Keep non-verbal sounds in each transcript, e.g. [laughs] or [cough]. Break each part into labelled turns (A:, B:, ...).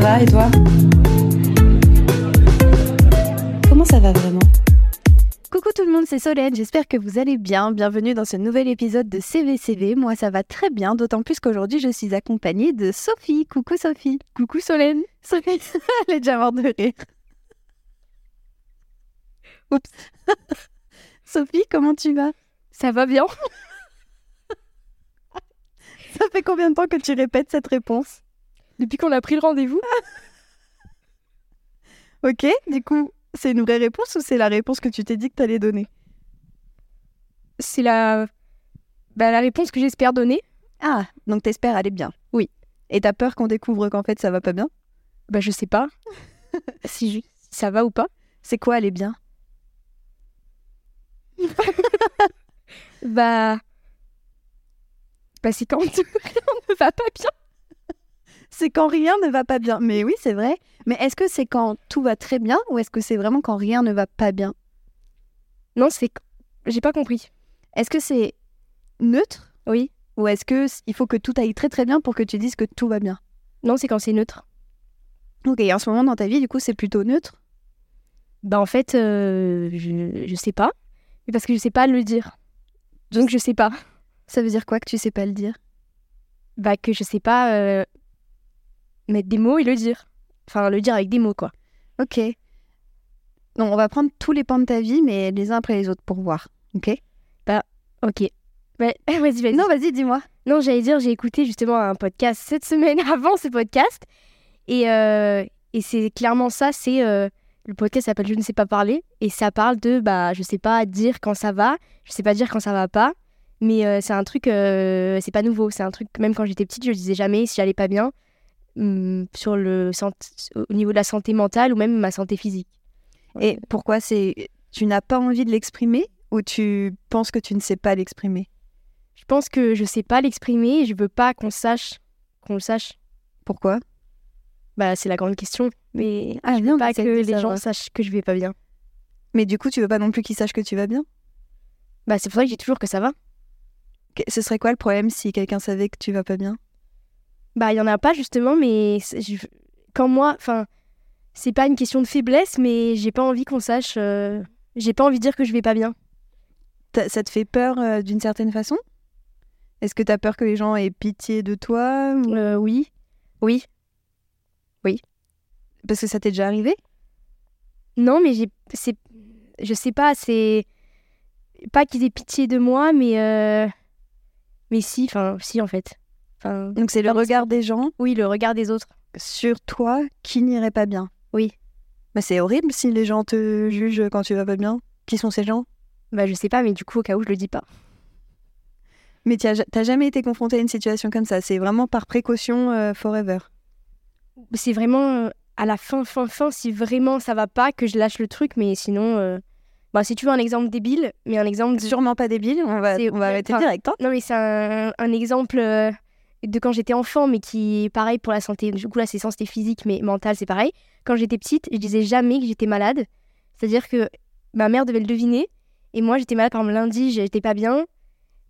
A: va et toi Comment ça va vraiment
B: Coucou tout le monde, c'est Solène, j'espère que vous allez bien. Bienvenue dans ce nouvel épisode de CVCV. Moi ça va très bien, d'autant plus qu'aujourd'hui je suis accompagnée de Sophie. Coucou Sophie.
C: Coucou Solène.
B: Sophie, [laughs] elle est déjà morte de rire. Oups. [laughs] Sophie, comment tu vas
C: Ça va bien
B: [laughs] Ça fait combien de temps que tu répètes cette réponse
C: Depuis qu'on a pris le rendez-vous
B: [laughs] Ok, du coup, c'est une vraie réponse ou c'est la réponse que tu t'es dit que t'allais donner
C: C'est la... Bah, la réponse que j'espère donner.
B: Ah, donc t'espères aller bien. Oui. Et t'as peur qu'on découvre qu'en fait ça va pas bien
C: Bah je sais
B: [laughs]
C: pas si je- ça va ou pas.
B: C'est quoi aller bien
C: [laughs] Bah... Bah c'est quand [laughs] on ne va pas bien.
B: C'est quand rien ne va pas bien. Mais oui, c'est vrai. Mais est-ce que c'est quand tout va très bien ou est-ce que c'est vraiment quand rien ne va pas bien
C: Non, c'est... J'ai pas compris.
B: Est-ce que c'est neutre
C: Oui.
B: ou est-ce que s- il faut que tout aille très très bien pour que tu dises que tout va bien
C: Non, c'est quand c'est neutre.
B: Ok, et en ce moment dans ta vie, du coup, c'est plutôt neutre.
C: Bah en fait, euh, je, je sais pas. Mais parce que je sais pas le dire. Donc je sais pas.
B: Ça veut dire quoi que tu sais pas le dire
C: Bah que je sais pas euh, mettre des mots et le dire. Enfin, le dire avec des mots, quoi.
B: Ok. Non, on va prendre tous les pans de ta vie, mais les uns après les autres pour voir. Ok
C: Ok. Bah, [laughs] vas-y, vas-y.
B: Non, vas-y, dis-moi.
C: Non, j'allais dire, j'ai écouté justement un podcast cette semaine [laughs] avant ce podcast. Et, euh, et c'est clairement ça, c'est... euh, le podcast s'appelle Je ne sais pas parler. Et ça parle de, bah, je sais pas dire quand ça va, je sais pas dire quand ça va pas. Mais euh, c'est un truc, euh, c'est pas nouveau. C'est un truc, même quand j'étais petite, je disais jamais si j'allais pas bien. hum, sur le sant- au niveau de la santé mentale ou même ma santé physique.
B: Et pourquoi c'est tu n'as pas envie de l'exprimer ou tu penses que tu ne sais pas l'exprimer
C: Je pense que je sais pas l'exprimer et je veux pas qu'on sache qu'on le sache.
B: Pourquoi
C: Bah, c'est la grande question. Mais
B: Ah
C: je veux
B: non,
C: pas que les gens sachent que je vais pas bien.
B: Mais du coup, tu veux pas non plus qu'ils sachent que tu vas bien
C: Bah, c'est pour ça que j'ai toujours que ça va.
B: Que- Ce serait quoi le problème si quelqu'un savait que tu vas pas bien
C: Bah, il y en a pas justement, mais c'est- je- quand moi, enfin, c'est pas une question de faiblesse, mais j'ai pas envie qu'on sache. euh, J'ai pas envie de dire que je vais pas bien.
B: T'as- Ça te fait peur euh, d'une certaine façon Est-ce que t'as peur que les gens aient pitié de toi ou-
C: Euh, oui, oui.
B: Parce que ça t'est déjà arrivé
C: Non, mais j'ai, c'est, je sais pas, c'est pas qu'ils aient pitié de moi, mais euh, mais si, enfin, si en fait. Enfin,
B: Donc c'est le
C: Dans
B: regard des gens
C: oui, le regard des autres.
B: sur toi qui n'irait pas bien.
C: Oui.
B: Mais c'est horrible si les gens te jugent quand tu vas pas bien. Qui sont ces gens
C: Bah, je sais pas, mais du coup, au cas où, je le dis pas.
B: Mais t'y as ja- t'as jamais été confronté à une situation comme ça. C'est vraiment par précaution euh, forever.
C: c'est vraiment euh, à la fin, fin, fin, si vraiment ça va pas, que je lâche le truc. Mais sinon, euh, bah, si tu veux un exemple débile, mais un exemple. de-
B: Sûrement pas débile. On va,
C: C'est-
B: on va arrêter
C: enfin,
B: direct. hein.
C: Non, mais c'est un, un exemple euh, de quand j'étais enfant, mais qui est pareil pour la santé. Du coup, là, c'est santé physique, mais mentale, c'est pareil. Quand j'étais petite, je disais jamais que j'étais malade. C'est-à-dire que ma mère devait le deviner. Et moi, j'étais malade, par exemple, lundi, j'étais pas bien.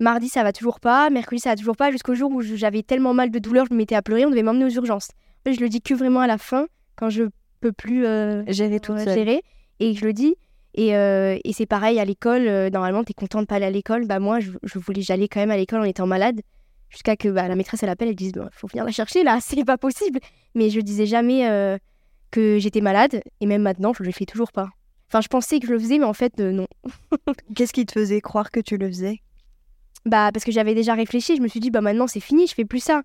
C: Mardi, ça va toujours pas. Mercredi, ça va toujours pas. Jusqu'au jour où je- j'avais tellement mal de douleur, je me mettais à pleurer, on devait m'emmener aux urgences. En fait, je le dis que vraiment à la fin, quand je peux plus euh,
B: Gérer toute
C: ouais,
B: seule.
C: gérer. Et je le dis. Et, euh, et c'est pareil à l'école. euh, normalement, t'es content de pas aller à l'école. Bah moi, je, je voulais, j'allais quand même à l'école en étant malade, jusqu'à que bah, la maîtresse elle appelle, elle dise, Bah, faut venir la chercher là, [laughs] c'est pas possible. Mais je disais jamais euh, que j'étais malade. Et même maintenant, je le fais toujours pas. Enfin, je pensais que je le faisais, mais en fait, euh, non.
B: Qu'est-ce qui te faisait croire que tu le faisais
C: Bah parce que j'avais déjà réfléchi. Je me suis dit, bah maintenant c'est fini, je fais plus ça.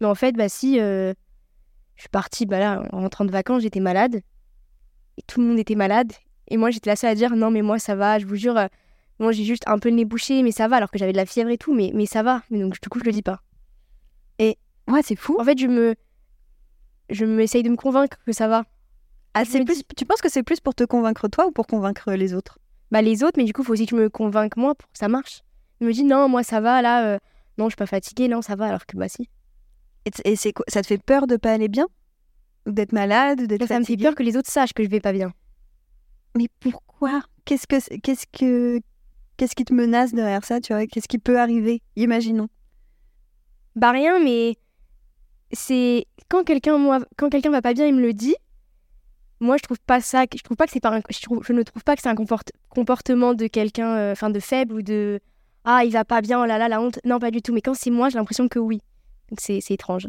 C: Mais en fait, bah si, euh, je suis partie, bah là, en rentrant de vacances, j'étais malade. Et tout le monde était malade. Et moi, j'étais la seule à dire, non, mais moi, ça va, je vous jure. euh, moi, j'ai juste un peu le nez bouché, mais ça va, alors que j'avais de la fièvre et tout, mais, mais ça va. Mais donc, du coup, je le dis pas.
B: Ouais, c'est fou.
C: En fait, je me. Je m'essaye de me convaincre que ça va.
B: Ah,
C: je
B: c'est
C: me
B: plus, tu penses que c'est plus pour te convaincre toi ou pour convaincre euh, les autres
C: Bah, les autres, mais du coup, faut aussi que je me convainque moi pour que ça marche. Je me dis, non, moi, ça va, là, euh, non, je suis pas fatiguée, non, ça va, alors que, bah, si.
B: Et, t- et c'est quoi- ça te fait peur de pas aller bien Ou d'être malade ou d'être
C: Ça me fait
B: fatigué
C: peur que les autres sachent que je vais pas bien.
B: Mais pourquoi Qu'est-ce que c'est- qu'est-ce que qu'est-ce qui te menace derrière ça Tu vois Qu'est-ce qui peut arriver Imaginons.
C: Bah rien, mais c'est quand quelqu'un moi quand quelqu'un va pas bien, il me le dit. Moi, je trouve pas ça. Je trouve pas que c'est par un- je, trouve- je ne trouve pas que c'est un comporte- comportement de quelqu'un, euh, enfin de faible ou de ah il va pas bien, oh là là la honte. Non, pas du tout. Mais quand c'est moi, j'ai l'impression que oui. Donc c'est c'est étrange.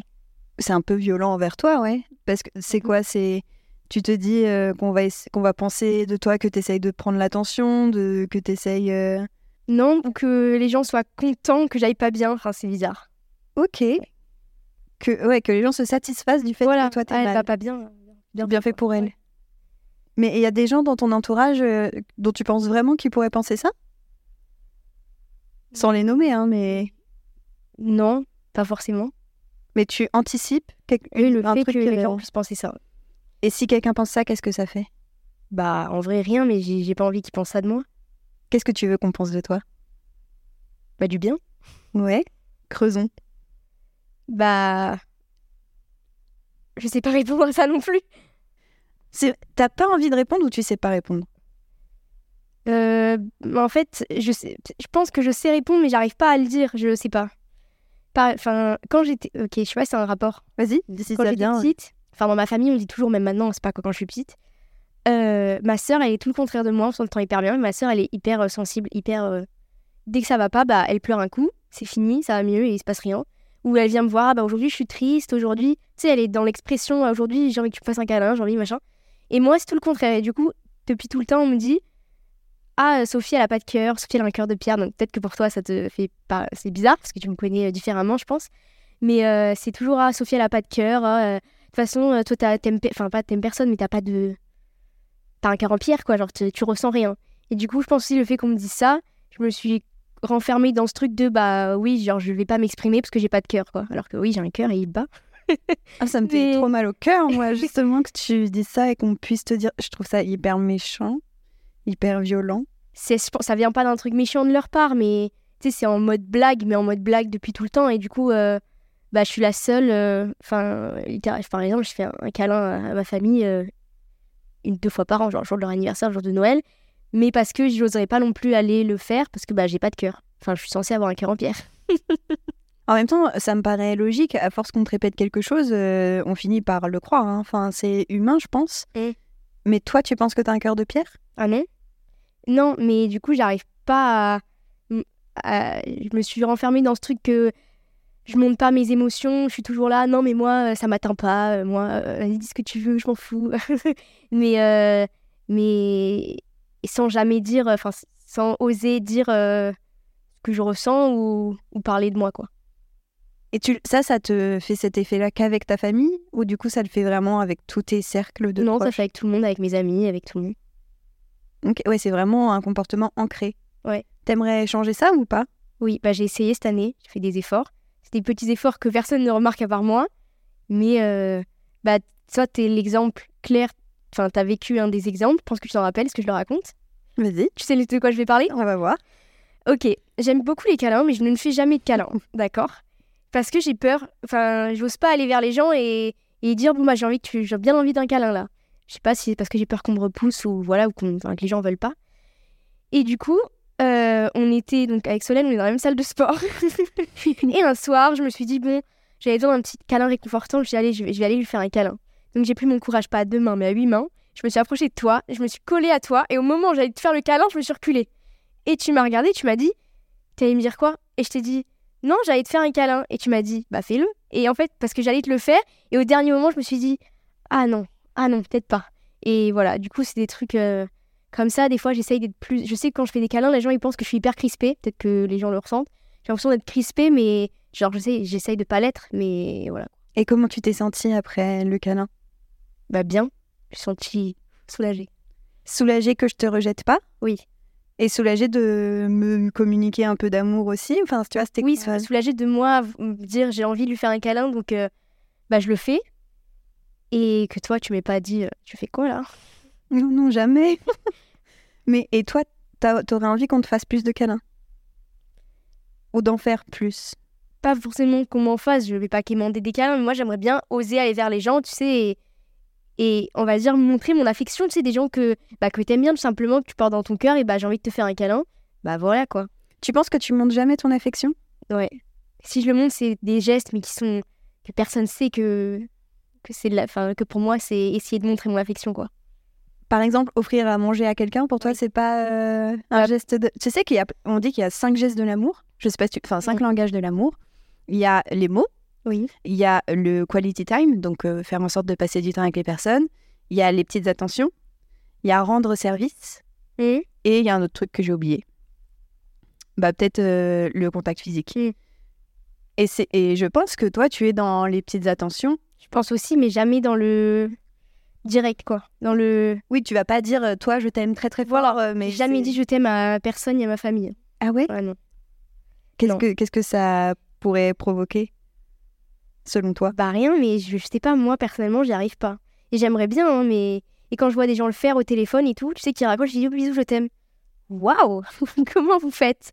B: C'est un peu violent envers toi, ouais. Parce que c'est quoi C'est tu te dis euh, qu'on va essa- qu'on va penser de toi que tu essayes de prendre l'attention, de que tu essayes. euh,
C: Non, ou que les gens soient contents que j'aille pas bien. Enfin, c'est bizarre.
B: Ok. Que ouais, que les gens se satisfassent du fait
C: voilà.
B: que toi t'es
C: Ah, elle
B: mal.
C: va pas bien.
B: Bien, fait pour elle.
C: Ouais.
B: Mais il y a des gens dans ton entourage euh, dont tu penses vraiment qu'ils pourraient penser ça Sans les nommer, hein, mais
C: Non, pas forcément.
B: mais tu anticipes quelque-
C: Oui, le
B: un
C: fait que
B: truc qui-
C: les gens puissent penser ça.
B: Et si quelqu'un pense ça, qu'est-ce que ça fait
C: Bah, en vrai, rien, mais j'ai j'ai pas envie qu'ils pensent ça de moi.
B: Qu'est-ce que tu veux qu'on pense de toi
C: Bah, du bien.
B: Ouais. Creusons.
C: Bah. Je sais pas répondre à ça non plus.
B: C'est- T'as pas envie de répondre ou tu sais pas répondre
C: Euh, en fait, je, sais, je pense que je sais répondre, mais j'arrive pas à le dire, je sais pas. Pas- Enfin, quand j'étais. Ok, je sais pas, c'est un rapport.
B: Vas-y, dis si
C: quand
B: ça
C: j'étais
B: vient.
C: petite, enfin dans ma famille, on dit toujours, même maintenant, c'est pas quoi quand je suis petite. euh, ma sœur, elle est tout le contraire de moi, on s'entend hyper bien. mais Ma sœur, elle est hyper euh, sensible, hyper. euh, dès que ça va pas, bah elle pleure un coup, c'est fini, ça va mieux et il se passe rien. Ou elle vient me voir, ah, bah aujourd'hui je suis triste, aujourd'hui, tu sais, elle est dans l'expression, ah, aujourd'hui j'ai envie que tu me fasses un câlin, j'ai envie machin. Et moi, c'est tout le contraire. Et du coup, depuis tout le temps, on me dit, ah euh, Sophie, elle a pas de cœur, Sophie, elle a un cœur de pierre. Donc peut-être que pour toi, ça te fait pas, c'est bizarre parce que tu me connais euh, différemment, je pense. Mais euh, c'est toujours, ah Sophie, elle a pas de cœur. ah, euh, de toute façon, euh, toi, t'as- t'aimes pe- enfin, pas t'aimes personne, mais t'as pas de. T'as un cœur en pierre, quoi. Genre, tu, tu ressens rien. Et du coup, je pense aussi le fait qu'on me dise ça, je me suis renfermée dans ce truc de, bah oui, genre, je vais pas m'exprimer parce que j'ai pas de cœur, quoi. Alors que oui, j'ai un cœur et bah, il bat.
B: Ah, ça me fait
C: Mais-
B: trop mal au cœur,
C: [laughs]
B: moi, justement, que tu dises ça et qu'on puisse te dire. Je trouve ça hyper méchant, hyper violent.
C: C'est, je pense- ça vient pas d'un truc méchant de leur part, mais tu sais, c'est en mode blague, mais en mode blague depuis tout le temps. Et du coup, euh, bah, je suis la seule. euh, Enfin, littéra- par exemple, je fais un, un câlin à ma famille euh, une deux fois par an, genre le jour de leur anniversaire, le jour de Noël. Mais parce que j'oserais pas non plus aller le faire parce que bah, j'ai pas de cœur. Enfin, je suis censée avoir un cœur en pierre.
B: En même temps, ça me paraît logique. À force qu'on te répète quelque chose, euh, on finit par le croire. hein. Enfin, c'est humain, je pense.
C: Mm.
B: Mais toi, tu penses que t'as un cœur de pierre
C: Ah non Non, mais du coup, j'arrive pas à... m- à- Je me suis renfermée dans ce truc que je monte pas mes émotions, je suis toujours là, non mais moi, euh, ça m'atteint pas, euh, moi, euh, vas-y, dis ce que tu veux, je m'en fous. [laughs] mais, euh, mais et sans jamais dire, enfin, s- sans oser dire euh, ce que je ressens ou, ou parler de moi, quoi.
B: Et tu, ça, ça te fait cet effet-là qu'avec ta famille Ou du coup, ça le fait vraiment avec tous tes cercles de
C: non, ça
B: proches
C: fait avec tout le monde, avec mes amis, avec tout le monde.
B: Ok, Ouais, c'est vraiment un comportement ancré.
C: Ouais.
B: T'aimerais changer ça ou pas
C: Oui, bah, j'ai essayé cette année, j'ai fait des efforts. C'est des petits efforts que personne ne remarque à part moi. Mais euh, bah, toi, t'es l'exemple clair. Enfin, t'as vécu un des exemples. Je pense que tu t'en rappelles ce que je leur raconte.
B: Vas-y,
C: Tu sais de quoi je vais parler
B: on va voir.
C: Ok, j'aime beaucoup les câlins, mais je ne me fais jamais de câlins, d'accord Parce que j'ai peur, enfin, j'ose pas aller vers les gens et, et dire, bon, bah, j'ai envie que tu, j'ai bien envie d'un câlin, là. Je sais pas si c'est parce que j'ai peur qu'on me repousse ou voilà, ou qu'on- enfin, que les gens veulent pas. Et du coup, euh, on était, donc, avec Solène, on est dans la même salle de sport. et un soir, je me suis dit, bon, j'avais besoin d'un petit câlin réconfortant, je, suis allée- je, vais, je vais aller lui faire un câlin. Donc, j'ai pris mon courage, pas à deux mains, mais à huit mains. Je me suis approchée de toi, je me suis collée à toi, et au moment où j'allais te faire le câlin, je me suis reculée. Et tu m'as regardée, tu m'as dit, T'allais me dire quoi Et je t'ai dit, non, j'allais te faire un câlin. Et tu m'as dit, bah fais-le. Et en fait, parce que j'allais te le faire, et au dernier moment, je me suis dit, ah non, ah non, peut-être pas. Et voilà, du coup, c'est des trucs euh, comme ça. Des fois, j'essaye d'être plus. Je sais que quand je fais des câlins, les gens, ils pensent que je suis hyper crispée. Peut-être que les gens le ressentent. J'ai l'impression d'être crispée, mais genre, je sais, j'essaye de pas l'être, mais voilà.
B: Et comment tu t'es sentie après le câlin
C: Bah bien, je suis sentie soulagée.
B: Soulagée que je te rejette pas
C: Oui.
B: Et soulagée de me communiquer un peu d'amour aussi Enfin, tu vois, c'était
C: Oui,
B: quoi
C: sou- soulagée de moi, v- me dire j'ai envie de lui faire un câlin, donc euh, bah, je le fais. Et que toi, tu m'aies pas dit, euh, tu fais quoi là
B: Non, non, jamais. [laughs] Mais et toi, t'as- t'aurais envie qu'on te fasse plus de câlins Ou d'en faire plus
C: Pas forcément qu'on m'en fasse, je vais pas quémander des câlins, mais moi j'aimerais bien oser aller vers les gens, tu sais, et, et on va dire montrer mon affection, tu sais, des gens que, bah, que t'aimes bien tout simplement, que tu portes dans ton cœur, et bah j'ai envie de te faire un câlin, bah voilà quoi.
B: Tu penses que tu montes jamais ton affection
C: Ouais. Si je le montre, c'est des gestes, mais qui sont que personne sait que que c'est de la, enfin que pour moi c'est essayer de montrer mon affection quoi.
B: Par exemple, offrir à manger à quelqu'un, pour toi, c'est pas euh, un geste de. Tu sais qu'il y a, on dit qu'il y a cinq gestes de l'amour. Je sais pas, si tu... enfin cinq
C: Mm.
B: langages de l'amour. Il y a les mots,
C: Oui.
B: il y a le quality time, donc euh, faire en sorte de passer du temps avec les personnes. Il y a les petites attentions. Il y a rendre service.
C: Mmh.
B: Et il y a un autre truc que j'ai oublié. Bah peut-être euh, le contact physique.
C: Mm.
B: Et c'est et je pense que toi, tu es dans les petites attentions.
C: Je pense aussi, mais jamais dans le direct quoi. Dans le.
B: Oui, tu vas pas dire euh, toi, je t'aime très très fort. euh, mais
C: J'ai jamais
B: c'est-
C: dit je t'aime à personne et à ma famille.
B: Ah ouais.
C: Ouais, non.
B: Qu'est-ce
C: Non.
B: que, qu'est-ce que ça pourrait provoquer, selon toi
C: Bah rien, mais je, je sais pas, moi personnellement, j'y arrive pas. Et j'aimerais bien, hein, mais. Et quand je vois des gens le faire au téléphone et tout, tu sais qu'ils raccrochent, je dis oh, bisous, je t'aime. Waouh [laughs] Comment vous faites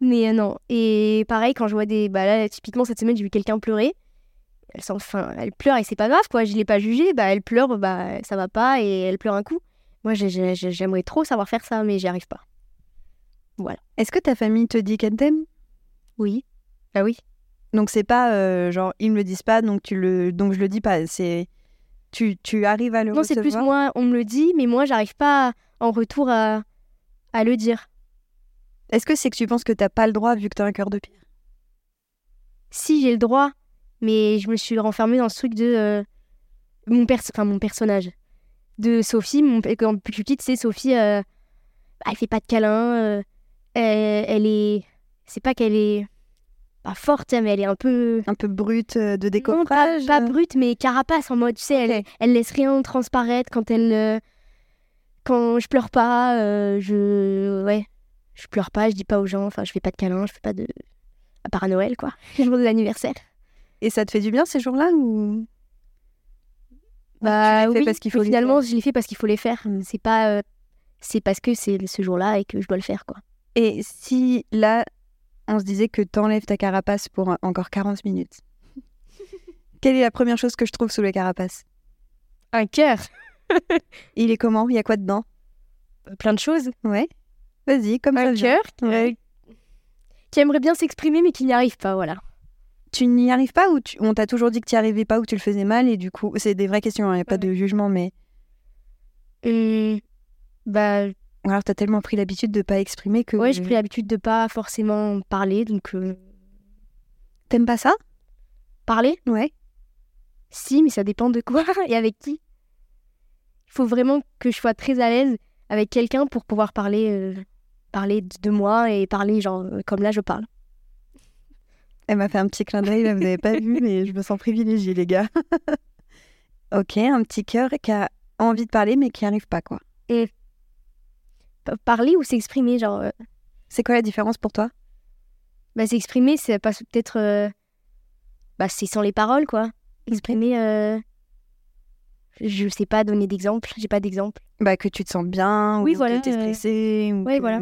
C: Mais euh, non. Et pareil, quand je vois des. Bah là, typiquement, cette semaine, j'ai vu quelqu'un pleurer. Elle s'en... Enfin, elle pleure et c'est pas grave, quoi. Je l'ai pas jugée. Bah, elle pleure, bah, ça va pas et elle pleure un coup. Moi, j'ai- j'ai- j'ai- j'aimerais trop savoir faire ça, mais j'y arrive pas.
B: Est-ce que ta famille te dit qu'elle t'aime
C: Oui. Ah oui
B: Donc c'est pas euh, genre ils me le disent pas, donc tu le, donc je le dis pas. C'est tu, tu arrives à le
C: Non, c'est
B: recevoir.
C: plus moi, on me le dit, mais moi, j'arrive pas en retour à, à le dire.
B: Est-ce que c'est que tu penses que t'as pas le droit vu que t'as un cœur de pierre
C: si j'ai le droit, mais je me suis renfermée dans ce truc de euh, mon perso- enfin mon personnage de Sophie. Mon, pe- quand plus petite, c'est Sophie. euh, elle fait pas de câlin. euh, elle, elle est, c'est pas qu'elle est pas forte, hein, mais elle est un peu
B: Un peu brute euh, de
C: non, pas,
B: décoffrage.
C: pas
B: euh,
C: brute, mais carapace en mode, tu sais, elle,
B: Ok.
C: elle laisse rien transparaître quand elle, euh, quand je pleure pas, euh, je, ouais, je pleure pas, je dis pas aux gens, enfin, je fais pas de câlins, je fais pas de, à part à Noël, quoi, [laughs] le jour de l'anniversaire.
B: Et ça te fait du bien ces jours-là ou
C: Bah
B: tu les fais
C: oui,
B: parce qu'il
C: mais
B: faut les
C: finalement, je les fais parce qu'il faut les faire.
B: Mm.
C: C'est pas, euh, c'est parce que c'est ce jour-là et que je dois le faire, quoi.
B: Et si là on se disait que t'enlèves ta carapace pour un- encore 40
C: [laughs]
B: minutes, quelle est la première chose que je trouve sous les carapaces
C: Un cœur,
B: [laughs] Il est comment Il y a quoi dedans
C: Euh, plein de choses.
B: Ouais. Vas-y, comme ça.
C: Un
B: vient.
C: cœur
B: Ouais.
C: qui aimerait bien s'exprimer mais qui n'y arrive pas, voilà.
B: Tu n'y arrives pas ou tu- on t'a toujours dit que tu n'y arrivais pas ou que tu le faisais mal et du coup, c'est des vraies questions, il n'y a pas
C: Ouais,
B: de jugement, mais.
C: Hum, Bah
B: Ou alors t'as tellement pris l'habitude de pas exprimer que.
C: ouais, j'ai pris l'habitude de pas forcément parler, donc euh,
B: T'aimes pas ça
C: parler.
B: Ouais.
C: Si, mais ça dépend de quoi [laughs] et avec qui. Il faut vraiment que je sois très à l'aise avec quelqu'un pour pouvoir parler, euh, parler de de moi et parler genre euh, comme là je parle.
B: Elle m'a fait un petit clin d'œil, là, vous n'avez pas vu, mais je me sens privilégiée, les gars. [laughs] ok, un petit cœur qui a envie de parler mais qui arrive pas, quoi.
C: Pa- Parler ou s'exprimer, genre euh,
B: C'est quoi la différence pour toi
C: bah, s'exprimer, c'est pas peut-être. euh, bah, c'est sans les paroles, quoi. Exprimer. euh, je sais pas donner d'exemple, j'ai pas d'exemple.
B: Bah, que tu te sens bien,
C: Oui,
B: ou
C: voilà,
B: que t'es
C: euh,
B: stressée. ou
C: ouais,
B: que-
C: voilà.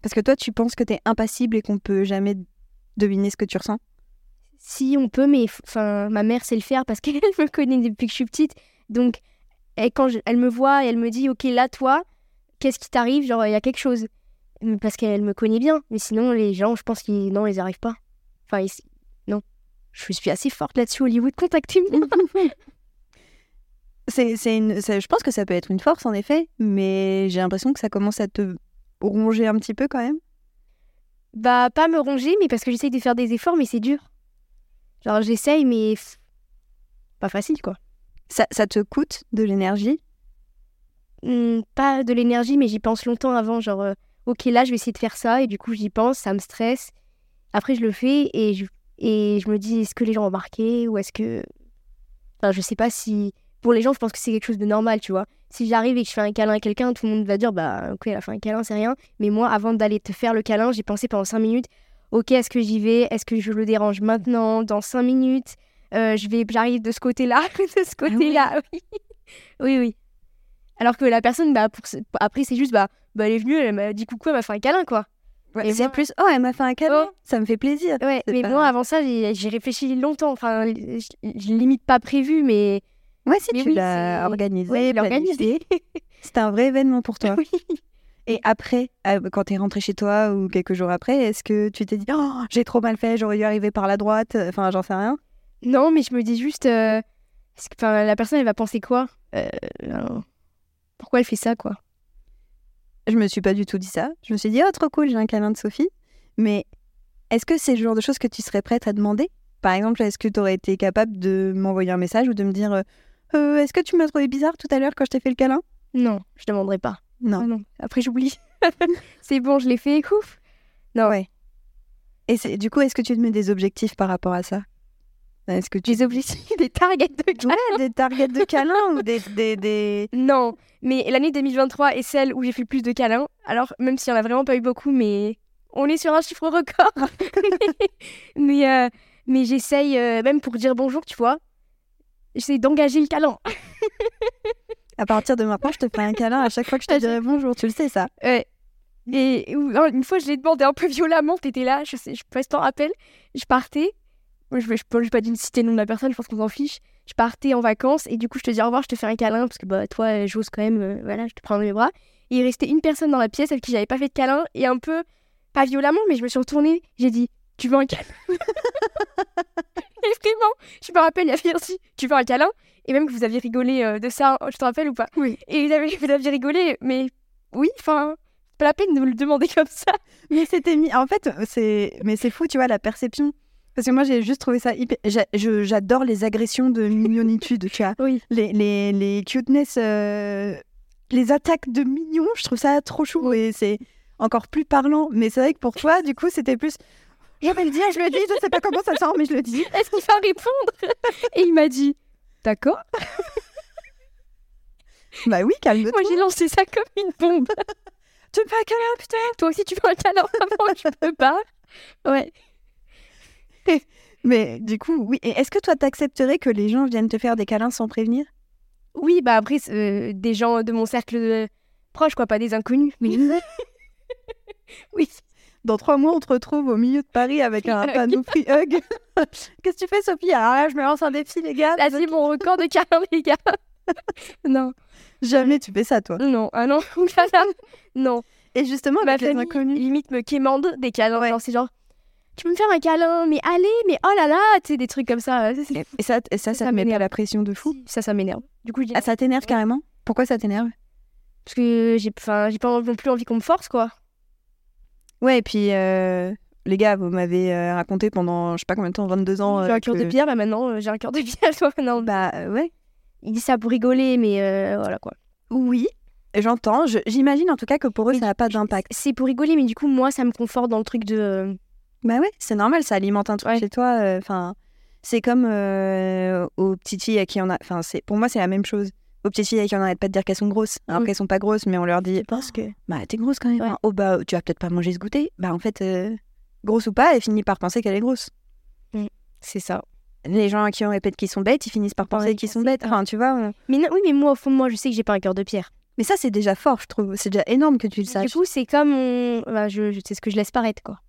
B: Parce que toi, tu penses que t'es impassible et qu'on peut jamais deviner ce que tu ressens
C: Si on peut, mais f- enfin, ma mère sait le faire parce [laughs] qu'elle me connaît depuis que je suis petite. Donc, elle, quand je- elle me voit, elle me dit Ok, là, toi, qu'est-ce qui t'arrive Genre, il y a quelque chose. Mais Parce qu'elle me connaît bien. Mais sinon, les gens, je pense qu'ils. Non, ils n'y arrivent pas. Enfin, ils- non. Je suis assez forte là-dessus, Hollywood, contactez-moi.
B: C'est, c'est une, ça- je pense que ça peut être une force en effet, mais j'ai l'impression que ça commence à te ronger un petit peu quand même.
C: Bah, pas me ronger, mais parce que j'essaye de faire des efforts, mais c'est dur. Genre, j'essaye, mais. pff, Pas facile, quoi.
B: Ça, ça te coûte de l'énergie.
C: Hmm, pas de l'énergie, mais j'y pense longtemps avant. Genre, euh, ok, là, je vais essayer de faire ça, et du coup, j'y pense, ça me stresse. Après, je le fais, et je, et je me dis, est-ce que les gens ont remarqué, ou est-ce que. Enfin, je sais pas si. Pour les gens, je pense que c'est quelque chose de normal, tu vois. Si j'arrive et que je fais un câlin à quelqu'un, tout le monde va dire, bah, ok, elle a fait un câlin, c'est rien. Mais moi, avant d'aller te faire le câlin, j'ai pensé pendant 5 minutes, ok, est-ce que j'y vais Est-ce que je le dérange maintenant Dans 5 minutes Euh, je vais, J'arrive de ce côté-là, [laughs] de ce
B: ouais.
C: côté-là, oui. oui, oui. Alors que la personne, bah, pour ce- après, c'est juste, bah, bah, elle est venue, elle m'a dit coucou, elle m'a fait un câlin, quoi. Et
B: c'est
C: moi-
B: plus oh elle m'a fait un câlin,
C: Oh.
B: ça me fait plaisir.
C: Ouais,
B: C'est
C: mais
B: pas-
C: moi, avant ça, j'ai j'ai réfléchi longtemps. Enfin, je je limite pas prévu, mais.
B: Ouais, si
C: Mais
B: tu
C: oui,
B: l'as
C: c'est-
B: organisé,
C: Ouais, je l'ai
B: planifié.
C: organisé. [laughs]
B: C'était un vrai événement pour toi.
C: Oui.
B: Et après, euh, quand t'es rentrée chez toi ou quelques jours après, est-ce que tu t'es dit oh j'ai trop mal fait, j'aurais dû arriver par la droite, euh, enfin j'en sais rien.
C: Non, mais je me dis juste, euh, est-ce que, enfin, la personne, elle va penser quoi Euh, non. Pourquoi elle fait ça, quoi
B: Je me suis pas du tout dit ça. Je me suis dit, oh, trop cool, j'ai un câlin de Sophie. Mais est-ce que c'est le genre de choses que tu serais prête à demander Par exemple, est-ce que tu aurais été capable de m'envoyer un message ou de me dire, euh, Euh, est-ce que tu m'as trouvé bizarre tout à l'heure quand je t'ai fait le câlin
C: Non, je demanderai pas.
B: Non.
C: Ah non. Après, j'oublie. c'est bon, je l'ai fait, ouf. Non,
B: Ouais. Et c'est- du coup, est-ce que tu te mets des objectifs par rapport à ça Est-ce que tu
C: Des objectifs, [laughs] des targets de
B: Ouais, des targets de câlins ou des, des, des-
C: Non, mais l'année 2023 est celle où j'ai fait le plus de câlins. Alors, même s'il y en a vraiment pas eu beaucoup, mais on est sur un chiffre record. [laughs] mais euh, mais j'essaye, euh, même pour dire bonjour, tu vois, j'essaye d'engager le câlin.
B: À partir de maintenant, je te ferai un câlin à chaque fois que je te dirai bonjour. Tu le sais, ça
C: Ouais. Et ou- un- une fois, je l'ai demandé un peu violemment, t'étais là, je sais, je passe t'en rappel, je partais. Moi, Je vais, je, peux- je vais pas dire citer le nom de la personne, je pense qu'on s'en fiche. Je partais en vacances et du coup, je te dis au revoir, je te fais un câlin parce que bah, toi, euh, j'ose quand même, euh, voilà, je te prends dans mes bras. Et il restait une personne dans la pièce avec qui j'avais pas fait de câlin et un peu, pas violemment, mais je me suis retournée, j'ai dit, tu veux un câlin [laughs] Et vraiment, je me rappelle, il avait dit, tu veux un câlin Et même que vous aviez rigolé euh, de ça, je te rappelle ou pas
B: Oui.
C: Et vous avez- vous aviez rigolé, mais oui, enfin, pas la peine de me le demander comme ça. [laughs]
B: Mais c'était mis. En fait, c'est. Mais c'est fou, tu vois, la perception. Parce que moi, j'ai juste trouvé ça hyper. j'a- je- J'adore les agressions de mignonitude, tu vois.
C: [laughs] Oui.
B: Les, les, les cuteness. euh, Les attaques de mignon, je trouve ça trop chou. Et c'est encore plus parlant. Mais c'est vrai que pour toi, du coup, c'était plus. Je vais le dire, je le dis, je sais pas comment ça sort, mais je le dis.
C: Est-ce qu'il va répondre [laughs] Et il m'a dit, d'accord.
B: Bah oui, calme-toi.
C: Moi, j'ai lancé ça comme une [laughs] bombe.
B: Tu me fais un câlin, putain.
C: Toi aussi, tu veux un câlin Maman, je peux pas. Ouais.
B: Mais du coup, oui. Et est-ce que toi, t'accepterais que les gens viennent te faire des câlins sans prévenir
C: Oui, bah après, c'est, euh, des gens de mon cercle euh, proche, quoi, pas des inconnus. [laughs] Mais
B: [laughs]
C: oui.
B: Dans trois mois, on te retrouve au milieu de Paris avec
C: Free
B: un
C: hug.
B: panneau free hug. [laughs] Qu'est-ce que tu fais, Sophie Alors là, je me lance un défi, les gars.
C: Là, Ah, c'est mon record de câlin, les gars. [laughs] non,
B: Jamais tu fais ça, toi.
C: non, ah [laughs] non, câlin. Non.
B: Et justement,
C: ma
B: avec les
C: famille
B: inconnus.
C: limite me quémande des câlins. Genre, c'est genre, tu peux me faire un câlin, mais allez, mais oh là là, tu sais, des trucs comme ça. Ça, c'est-
B: Et ça, et ça, ça
C: Ça
B: te met pas
C: m'énerve.
B: la pression de fou.
C: Ça, ça m'énerve. Du coup, je dis,
B: Ah, ça t'énerve carrément Pourquoi ça t'énerve
C: parce que j'ai enfin, j'ai pas non plus envie qu'on me force, quoi.
B: Ouais, et puis, euh, les gars, vous m'avez euh, raconté pendant, je sais pas combien de temps, 22 ans.
C: j'ai
B: euh,
C: un cœur
B: que-
C: de pierre, bah maintenant, euh, j'ai un cœur de pierre, [laughs] quoi. Non, bah,
B: Bah euh, ouais,
C: il dit ça pour rigoler, mais euh, voilà, quoi.
B: oui, j'entends. Je- J'imagine en tout cas que pour eux,
C: Mais
B: ça n'a pas d'impact.
C: C'est pour rigoler, mais du coup, moi, ça me conforte dans le truc de. euh,
B: Bah ouais, c'est normal, ça alimente un truc
C: Ouais.
B: chez toi. euh, Enfin, c'est comme euh, aux petites filles à qui on a. Enfin, c'est pour moi c'est la même chose. Aux petites filles à qui on n'arrête pas de dire qu'elles sont grosses, alors
C: Mm.
B: qu'elles sont pas grosses, mais on leur dit.
C: pense que.
B: Bah t'es grosse quand même.
C: Ouais.
B: hein. Oh bah tu vas peut-être pas manger ce goûter. Bah en fait, euh, grosse ou pas, elle finit par penser qu'elle est grosse.
C: C'est ça.
B: Les gens à qui on répète qu'ils sont bêtes, ils finissent par
C: Ouais,
B: penser qu'ils sont
C: c'est
B: bêtes.
C: ça.
B: Enfin, tu vois. on-
C: Mais non, oui, mais moi, au fond de moi, je sais que j'ai pas un cœur de pierre.
B: Mais ça c'est déjà fort, je trouve. C'est déjà énorme que tu le
C: Du
B: saches.
C: coup, c'est comme. on- bah, je, je sais ce que je laisse paraître, quoi.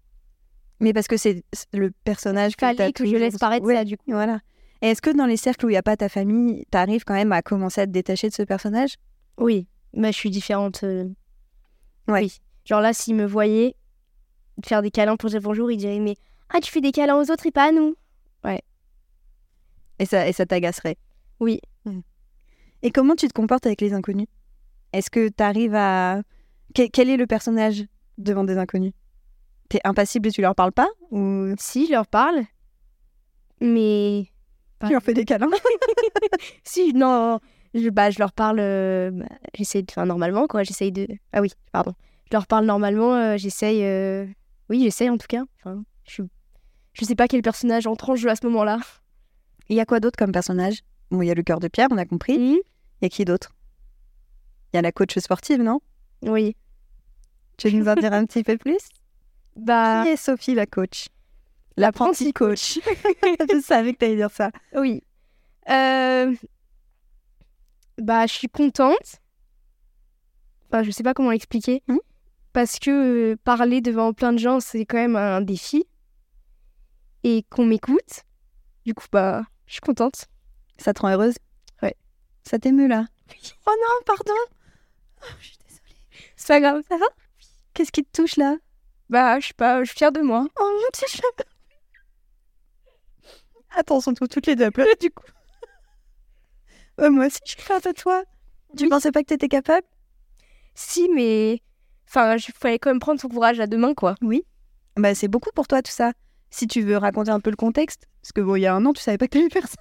B: Mais parce que c'est c'est le personnage que t'as
C: Fallait que je
B: toujours-
C: laisse paraître
B: Ouais.
C: ça, du coup.
B: Voilà. Et est-ce que dans les cercles où il n'y a pas ta famille, t'arrives quand même à commencer à te détacher de ce personnage
C: Oui, mais je suis différente. euh,
B: Ouais.
C: Oui. Genre là, s'il me voyait faire des câlins pour dire bonjour, il dirait mais ah tu fais des câlins aux autres et pas à nous.
B: Et ça, et ça t'agacerait
C: Oui.
B: Mm. Et comment tu te comportes avec les inconnus Est-ce que t'arrives à... Que- quel est le personnage devant des inconnus T'es impassible et tu leur parles pas Ou
C: Si je leur parle, mais
B: tu leur fais des câlins
C: si non, je, bah je leur parle, euh, bah, j'essaie de, enfin normalement quoi, j'essaye de, ah oui pardon, je leur parle normalement, euh, j'essaye, euh, oui j'essaye en tout cas. Enfin, je suis- je sais pas quel personnage entre en jeu à ce moment-là.
B: [laughs] Il y a quoi d'autre comme personnage Bon, il y a le cœur de pierre, on a compris. Il y a qui d'autre Il y a la coach sportive, non
C: Oui.
B: Tu veux nous en dire un petit peu plus
C: Bah
B: Qui est Sophie, la coach L'apprenti Ah. coach. [laughs] Je savais que t'allais dire ça.
C: Oui. Euh, Bah, je suis contente. Bah, je sais pas comment l'expliquer.
B: Mhm.
C: Parce que euh, parler devant plein de gens, c'est quand même un défi. Et qu'on m'écoute. Du coup, bah, je suis contente.
B: Ça te rend heureuse
C: Ouais.
B: Ça t'émeut là Oh non, pardon Oh, Je suis désolée.
C: C'est pas grave, ça va
B: Qu'est-ce qui te touche là [laughs]
C: Bah, je sais pas, je suis fière de moi.
B: Oh mon dieu, je... Attends, on se retrouve toutes les deux à pleurer du coup. [laughs] Ouais, moi aussi, je fais un tatouage. Tu
C: Oui.
B: pensais pas que t'étais capable
C: Si, mais. Enfin, il fallait quand même prendre son courage à deux mains, quoi.
B: Bah, c'est beaucoup pour toi tout ça. Si tu veux raconter un peu le contexte, parce que bon, il y a un an, tu savais pas que t'allais faire ça.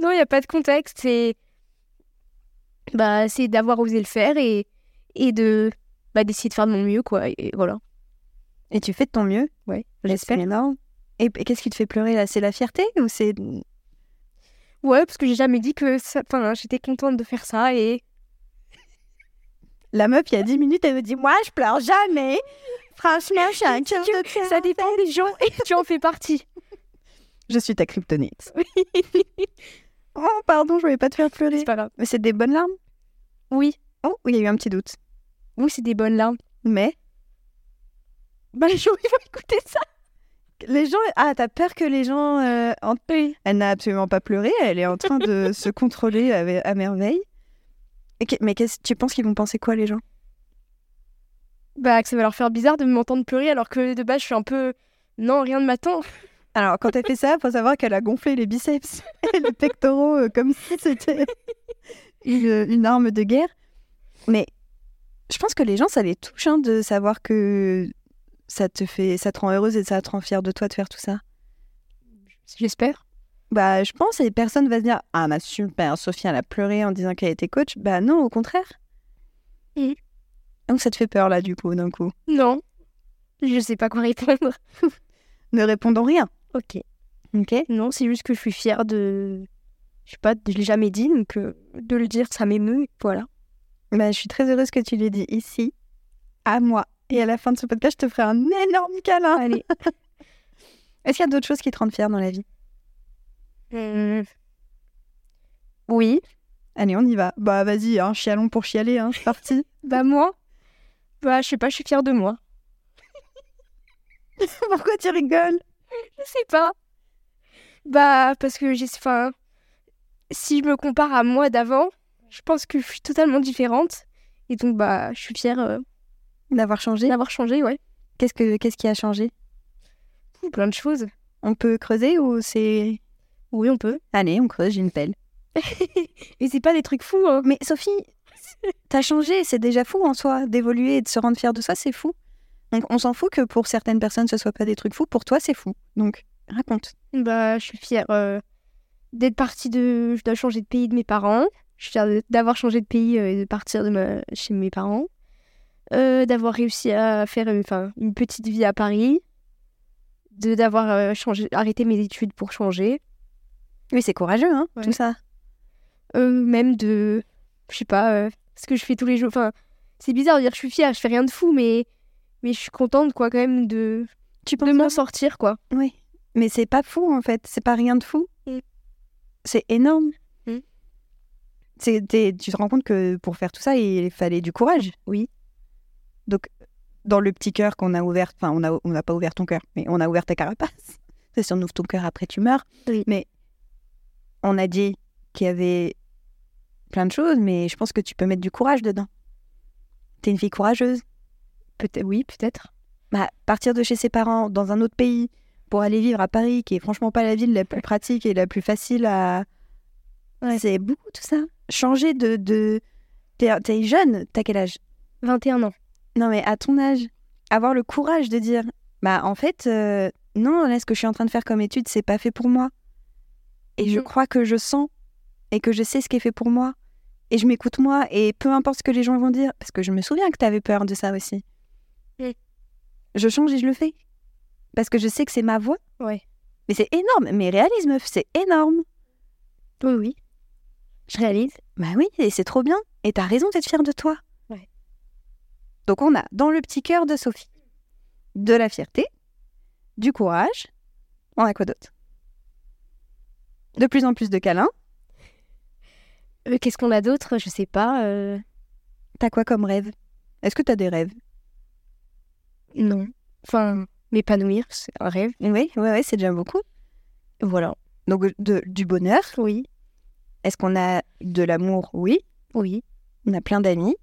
C: Non, il n'y a pas de contexte. C'est. Bah, c'est d'avoir osé le faire et. Et de. Bah, d'essayer de faire de mon mieux, quoi. Et voilà.
B: Et tu fais de ton mieux.
C: Ouais,
B: Bah,
C: j'espère.
B: C'est énorme. Et, et qu'est-ce qui te fait pleurer là C'est la fierté ou c'est
C: Ouais, parce que j'ai jamais dit que. ça- Enfin, j'étais contente de faire ça et.
B: la meuf il y a 10 minutes elle me dit moi je pleure jamais. Franchement, je suis un cœur de cœur.
C: Ça dépend des gens et tu en fais partie.
B: Je suis ta kryptonite. [laughs] oh pardon, je voulais pas te faire pleurer.
C: C'est pas grave.
B: Mais c'est des bonnes larmes.
C: Oui,
B: Oh, il y a eu un petit doute.
C: oui, c'est des bonnes larmes.
B: Mais
C: Bah, les gens, ils vont écouter ça.
B: les gens, ah t'as peur que les gens euh, en- Elle n'a absolument pas pleuré, elle est en train de se contrôler à, à merveille. Et que- mais qu'est-ce- tu penses qu'ils vont penser quoi les gens
C: Bah, que ça va leur faire bizarre de m'entendre pleurer alors que de base, je suis un peu. Non, rien ne m'attend.
B: Alors quand elle fait ça, faut savoir qu'elle a gonflé les biceps [laughs] et les pectoraux euh, comme si c'était une, une arme de guerre. Mais je pense que les gens ça les touche hein, de savoir que ça te fait, ça te rend heureuse et ça te rend fière de toi de faire tout ça.
C: J'espère.
B: Bah, je pense, et personne va se dire Ah, ma super, Sophie, elle a pleuré en disant qu'elle était coach. Bah, non, au contraire.
C: Mhm.
B: Donc, ça te fait peur, là, du coup, d'un coup.
C: Non. Je sais pas quoi répondre.
B: Ne répondons rien.
C: Ok.
B: Ok
C: Non, c'est juste que je suis fière de. Je sais pas, je l'ai jamais dit, donc euh, de le dire, ça m'émeut. Voilà.
B: Bah, je suis très heureuse que tu l'aies dit ici, à moi. Et à la fin de ce podcast, je te ferai un énorme câlin.
C: [laughs] Allez.
B: Est-ce qu'il y a d'autres choses qui te rendent fière dans la vie
C: Hum. Oui.
B: Allez, on y va. Bah, vas-y, hein, chialon pour chialer, hein, c'est parti.
C: [laughs] Bah, moi. Bah, je sais pas, je suis fière de moi.
B: Pourquoi tu rigoles
C: Je sais pas. Bah, parce que j'ai. Enfin. Si je me compare à moi d'avant, je pense que je suis totalement différente. Et donc, bah, je suis fière euh,
B: D'avoir changé
C: d'avoir changé, ouais.
B: Qu'est-ce que Qu'est-ce qui a changé
C: Ouh, plein de choses.
B: On peut creuser ou c'est.
C: Oui, on peut.
B: Allez, on creuse, j'ai une pelle.
C: [laughs] Et c'est pas des trucs fous, hein.
B: Mais Sophie, t'as changé, c'est déjà fou en soi d'évoluer et de se rendre fier de soi, c'est fou. Donc on s'en fout que pour certaines personnes ce soit pas des trucs fous, pour toi c'est fou. Donc raconte.
C: Bah, je suis fière euh, d'être partie de. Je dois changer de pays de mes parents. Je suis fière de- d'avoir changé de pays euh, et de partir de ma... chez mes parents. Euh, d'avoir réussi à faire une, enfin, une petite vie à Paris. De d'avoir euh, changé... arrêté mes études pour changer.
B: Oui, c'est courageux, hein,
C: Ouais.
B: tout ça.
C: Euh, même de. Je sais pas, euh, ce que je fais tous les jours. Enfin, c'est bizarre de dire que je suis fière, je fais rien de fou, mais, mais je suis contente, quoi, quand même, de,
B: Tu penses
C: de m'en sortir, quoi.
B: Oui. Mais c'est pas fou en fait, c'est pas rien de fou.
C: Mm.
B: C'est énorme.
C: Mm.
B: C'est- t'es- tu te rends compte que pour faire tout ça, il fallait du courage.
C: Oui.
B: Donc dans le petit cœur qu'on a ouvert, enfin on a on n'a pas ouvert ton cœur, mais on a ouvert ta carapace. [laughs] C'est si on ouvre ton cœur après tu meurs.
C: Oui.
B: Mais on a dit qu'il y avait plein de choses, mais je pense que tu peux mettre du courage dedans. T'es une fille courageuse.
C: Peut-être, oui, peut-être.
B: Bah, partir de chez ses parents dans un autre pays pour aller vivre à Paris, qui est franchement pas la ville la plus pratique et la plus facile à. C'est beaucoup tout ça. Changer de. de... T'es t'es jeune, t'as quel âge
C: 21 ans.
B: Non, mais à ton âge, avoir le courage de dire Bah, en fait, euh, non, là, ce que je suis en train de faire comme étude, c'est pas fait pour moi. Et je
C: Mhm.
B: crois que je sens et que je sais ce qui est fait pour moi. Et je m'écoute moi, et peu importe ce que les gens vont dire, parce que je me souviens que t'avais peur de ça aussi.
C: Oui.
B: Je change et je le fais. Parce que je sais que c'est ma voix.
C: Ouais.
B: Mais c'est énorme, mais réalise, meuf, c'est énorme.
C: Oui, oui. Je réalise.
B: Bah oui, et c'est trop bien. Et t'as raison d'être fière de toi.
C: Ouais.
B: Donc on a dans le petit cœur de Sophie de la fierté, du courage. On a quoi d'autre De plus en plus de câlins.
C: Euh, Qu'est-ce qu'on a d'autre Je sais pas. euh,
B: T'as quoi comme rêve Est-ce que t'as des rêves
C: Non. Enfin, m'épanouir, c'est un rêve.
B: Oui, ouais, ouais, c'est déjà beaucoup.
C: Voilà.
B: Donc de- du bonheur.
C: Oui,
B: Est-ce qu'on a de l'amour Oui.
C: oui.
B: On a plein d'amis.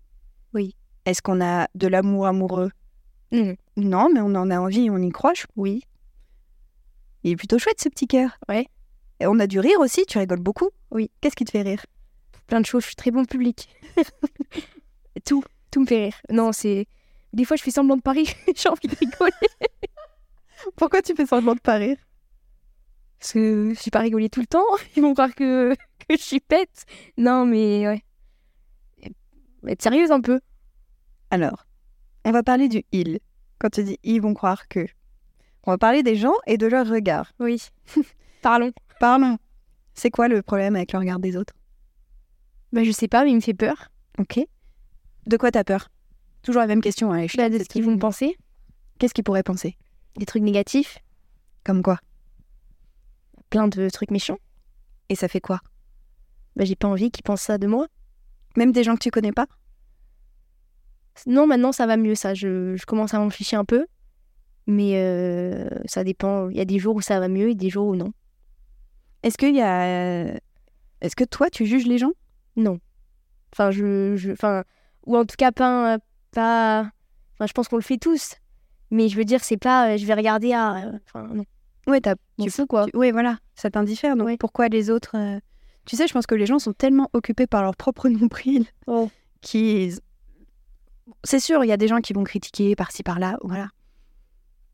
C: Oui.
B: Est-ce qu'on a de l'amour amoureux
C: Non.
B: Non, mais on en a envie, on y croit. je-
C: Oui.
B: Il Il est plutôt chouette ce petit cœur.
C: Ouais.
B: Et on a du rire aussi, tu rigoles beaucoup.
C: Oui.
B: Qu'est-ce qui te fait rire
C: Plein de choses, je suis très bon public. [laughs] tout, tout me fait rire. Non, c'est. Des fois, je fais semblant de Paris, j'ai envie de rigoler. [laughs]
B: Pourquoi tu fais semblant de pas rire
C: Parce que je suis pas rigolée tout le temps. [laughs] Ils vont croire que, que je suis pète. Non, mais ouais. Être sérieuse un peu.
B: Alors, on va parler du il. Quand tu dis ils vont croire que. On va parler des gens et de leur regard.
C: Oui. Parlons.
B: Parlons. C'est quoi le problème avec le regard des autres
C: Bah, je sais pas, mais il me fait peur.
B: Ok. De quoi t'as peur Toujours la même question. hein, les
C: Bah,
B: chiens,
C: de
B: c'est
C: ce qu'ils
B: toujours-
C: vont penser.
B: Qu'est-ce qu'ils pourraient penser
C: Des trucs négatifs,
B: Comme quoi
C: plein de trucs méchants.
B: Et ça fait quoi
C: Bah, j'ai pas envie qu'ils pensent ça de moi.
B: Même des gens que tu connais pas
C: Non, maintenant, ça va mieux, ça. Je, je commence à m'en ficher un peu. Mais euh, ça dépend. Il y a des jours où ça va mieux et des jours où non.
B: Est-ce qu'il y a. euh, Est-ce que toi, tu juges les gens
C: Enfin, je, je- enfin, ou en tout cas pas, un- pas. Enfin, je pense qu'on le fait tous. Mais je veux dire, c'est pas. euh, je vais regarder à. euh, Enfin, non.
B: Ouais, t'as.
C: Tu fais quoi
B: Oui, voilà, ça t'indiffère. Donc
C: Oh. Ouais.
B: pourquoi les autres euh, Tu sais, je pense que les gens sont tellement occupés par leur propre [laughs] nombril
C: Oh.
B: qu'ils. C'est sûr, il y a des gens qui vont critiquer par-ci par-là, voilà.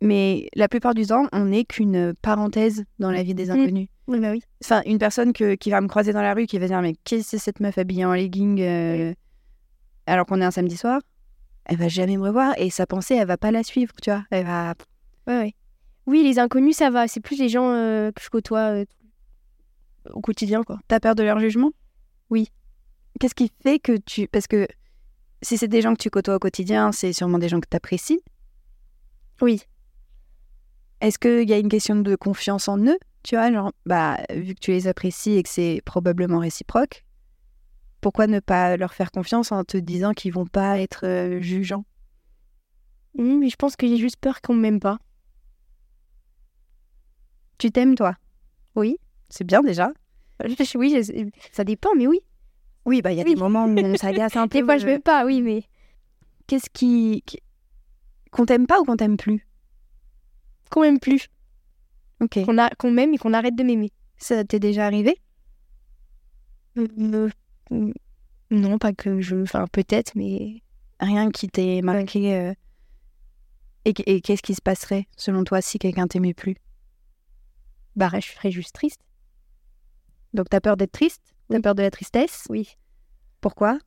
B: Mais la plupart du temps, on n'est qu'une parenthèse dans la vie des inconnus.
C: Oui, bah oui.
B: Enfin, une personne que- qui va me croiser dans la rue, qui va dire Mais qu'est-ce que c'est cette meuf habillée en legging euh, alors qu'on est un samedi soir Elle va jamais me revoir et sa pensée, elle va pas la suivre, tu vois. Elle va.
C: Ouais, ouais. Oui, les inconnus, ça va. C'est plus les gens euh, que je côtoie euh, au quotidien, quoi.
B: T'as peur de leur jugement
C: Oui.
B: Qu'est-ce qui fait que tu... Parce que si c'est des gens que tu côtoies au quotidien, c'est sûrement des gens que t'apprécies.
C: Oui.
B: Est-ce qu'il y a une question de confiance en eux Tu vois, genre, bah, vu que tu les apprécies et que c'est probablement réciproque, pourquoi ne pas leur faire confiance en te disant qu'ils vont pas être euh, jugeants
C: Hum, mais je pense que j'ai juste peur qu'on m'aime pas.
B: Tu t'aimes, toi
C: Oui.
B: C'est bien déjà. [laughs]
C: oui, je- ça dépend, mais oui.
B: Oui, bah, il y a
C: Oui.
B: des moments où
C: [laughs]
B: on s'agace un peu.
C: Des fois, je
B: euh,
C: m'aime pas, oui, mais.
B: Qu'est-ce qui. qui- Qu'on t'aime pas ou qu'on t'aime plus
C: Qu'on m'aime plus.
B: Ok.
C: Qu'on a- qu'on m'aime et qu'on arrête de m'aimer.
B: Ça t'est déjà arrivé
C: Euh, euh, non, pas que je. Enfin, peut-être, mais.
B: rien qui t'ait marqué euh, et, qu- et qu'est-ce qui se passerait selon toi si quelqu'un t'aimait plus
C: Bah, je serais juste triste.
B: Donc t'as peur d'être triste, t'as
C: Oui.
B: peur de la tristesse.
C: Oui.
B: Pourquoi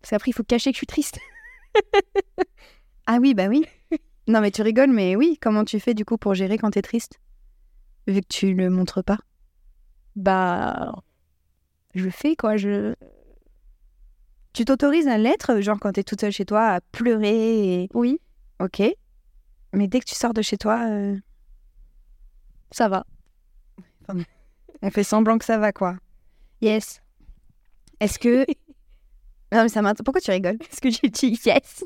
C: Parce qu'après, il faut cacher que je suis triste.
B: [laughs] Ah oui, bah oui. [laughs] non mais tu rigoles, mais oui. Comment tu fais du coup pour gérer quand t'es triste Vu que tu le montres pas.
C: Bah. Je le fais, quoi. Je.
B: Tu t'autorises à l'être, genre quand t'es toute seule chez toi, à pleurer. Et...
C: Oui,
B: Ok. Mais dès que tu sors de chez toi, euh,
C: ça va.
B: on fait semblant que ça va quoi.
C: Yes.
B: Est-ce que [laughs] non mais ça m'intéresse. Pourquoi tu rigoles
C: Est-ce que j'ai dit
B: [laughs]
C: yes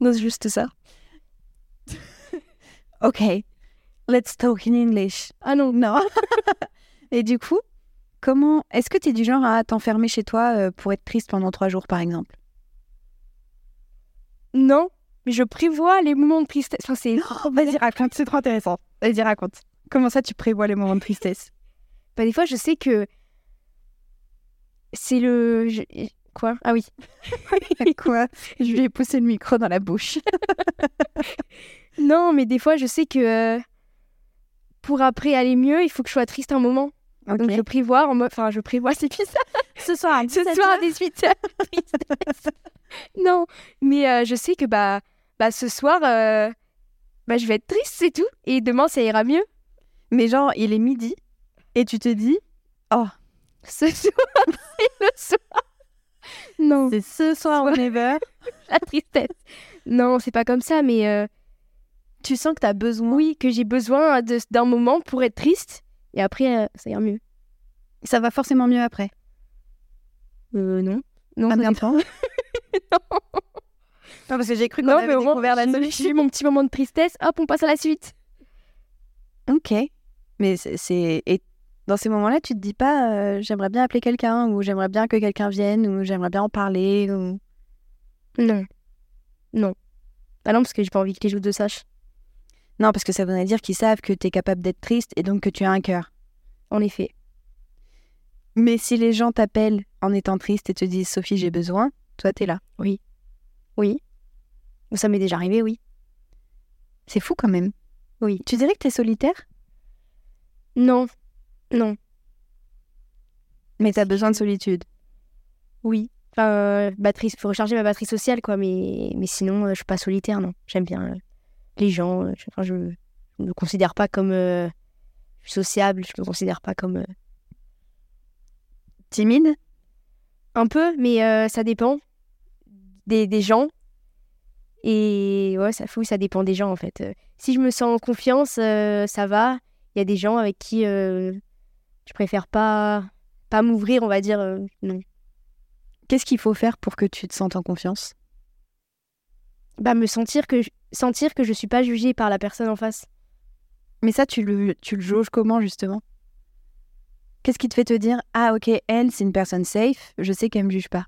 B: Non, c'est juste ça. ok. Let's talk in English.
C: Ah non.
B: Non. [laughs] Et du coup, comment. Est-ce que tu es du genre à t'enfermer chez toi euh, pour être triste pendant trois jours, par exemple
C: Non. Mais je prévois les moments de tristesse. Enfin, c'est.
B: Oh, [laughs] Vas-y, raconte, c'est trop intéressant. Vas-y, raconte. Comment ça, tu prévois les moments de [laughs] tristesse
C: Bah, des fois, je sais que. C'est le. je- Quoi Ah
B: [laughs]
C: oui.
B: Quoi Je lui ai poussé le micro dans la [laughs] bouche.
C: Non, mais des fois, je sais que. euh, Pour après aller mieux, il faut que je sois triste un moment. Donc je prévois en mode. Enfin, je prévois, [laughs] c'est bizarre.
B: [laughs] Ce soir,
C: ce soir 18 h non, mais euh, je sais que bah, bah ce soir, euh, bah, je vais être triste, c'est tout. Et demain, ça ira mieux.
B: Mais genre, il est midi et tu te dis oh,
C: Ce soir, c'est le soir. Non,
B: c'est ce soir on never.
C: [laughs] la tristesse. Non, c'est pas comme ça, mais euh,
B: Tu sens que tu as besoin.
C: oui, que j'ai besoin de- d'un moment pour être triste. Et après, euh, ça ira mieux.
B: Ça va forcément mieux après.
C: Euh, non. Non,
B: Ah,
C: ça
B: merde.
C: dépend.
B: [laughs] non, parce que j'ai cru qu'on
C: non,
B: avait
C: mais au moins,
B: découvert la
C: j'ai j'ai eu
B: solitude.
C: mon petit moment de tristesse. Hop, on passe à la suite.
B: Ok. Mais c'est- c'est. Et dans ces moments-là, tu te dis pas euh, j'aimerais bien appeler quelqu'un, ou j'aimerais bien que quelqu'un vienne, ou j'aimerais bien en parler, ou.
C: Non. Non. Bah non, parce que j'ai pas envie que les autres le sachent.
B: Non, parce que ça voudrait dire qu'ils savent que tu es capable d'être triste et donc que tu as un cœur.
C: En effet.
B: Mais si les gens t'appellent en étant triste et te disent Sophie, j'ai besoin, toi, t'es là.
C: Oui. Ça m'est déjà arrivé, oui.
B: C'est fou quand même.
C: Oui.
B: Tu dirais que t'es solitaire,
C: Non. Non.
B: mais t'as besoin de solitude.
C: Oui. Enfin, euh, batterie, faut recharger ma batterie sociale, quoi. Mais, mais sinon, euh, je suis pas solitaire, non. J'aime bien euh, les gens. euh, je, enfin, je, je me considère pas comme euh, sociable. Je me considère pas comme euh,
B: Timide
C: un peu, mais euh, ça dépend des, des gens. Et ouais, ça fou, ça dépend des gens en fait. Euh, si je me sens en confiance, euh, ça va. Il y a des gens avec qui euh, je préfère pas pas m'ouvrir, on va dire. euh, non.
B: Qu'est-ce qu'il faut faire pour que tu te sentes en confiance
C: Bah me sentir que je, sentir que je suis pas jugée par la personne en face.
B: Mais ça, tu le, tu le jauges comment, justement Qu'est-ce qui te fait te dire Ah, ok, elle, c'est une personne safe, je sais qu'elle me juge pas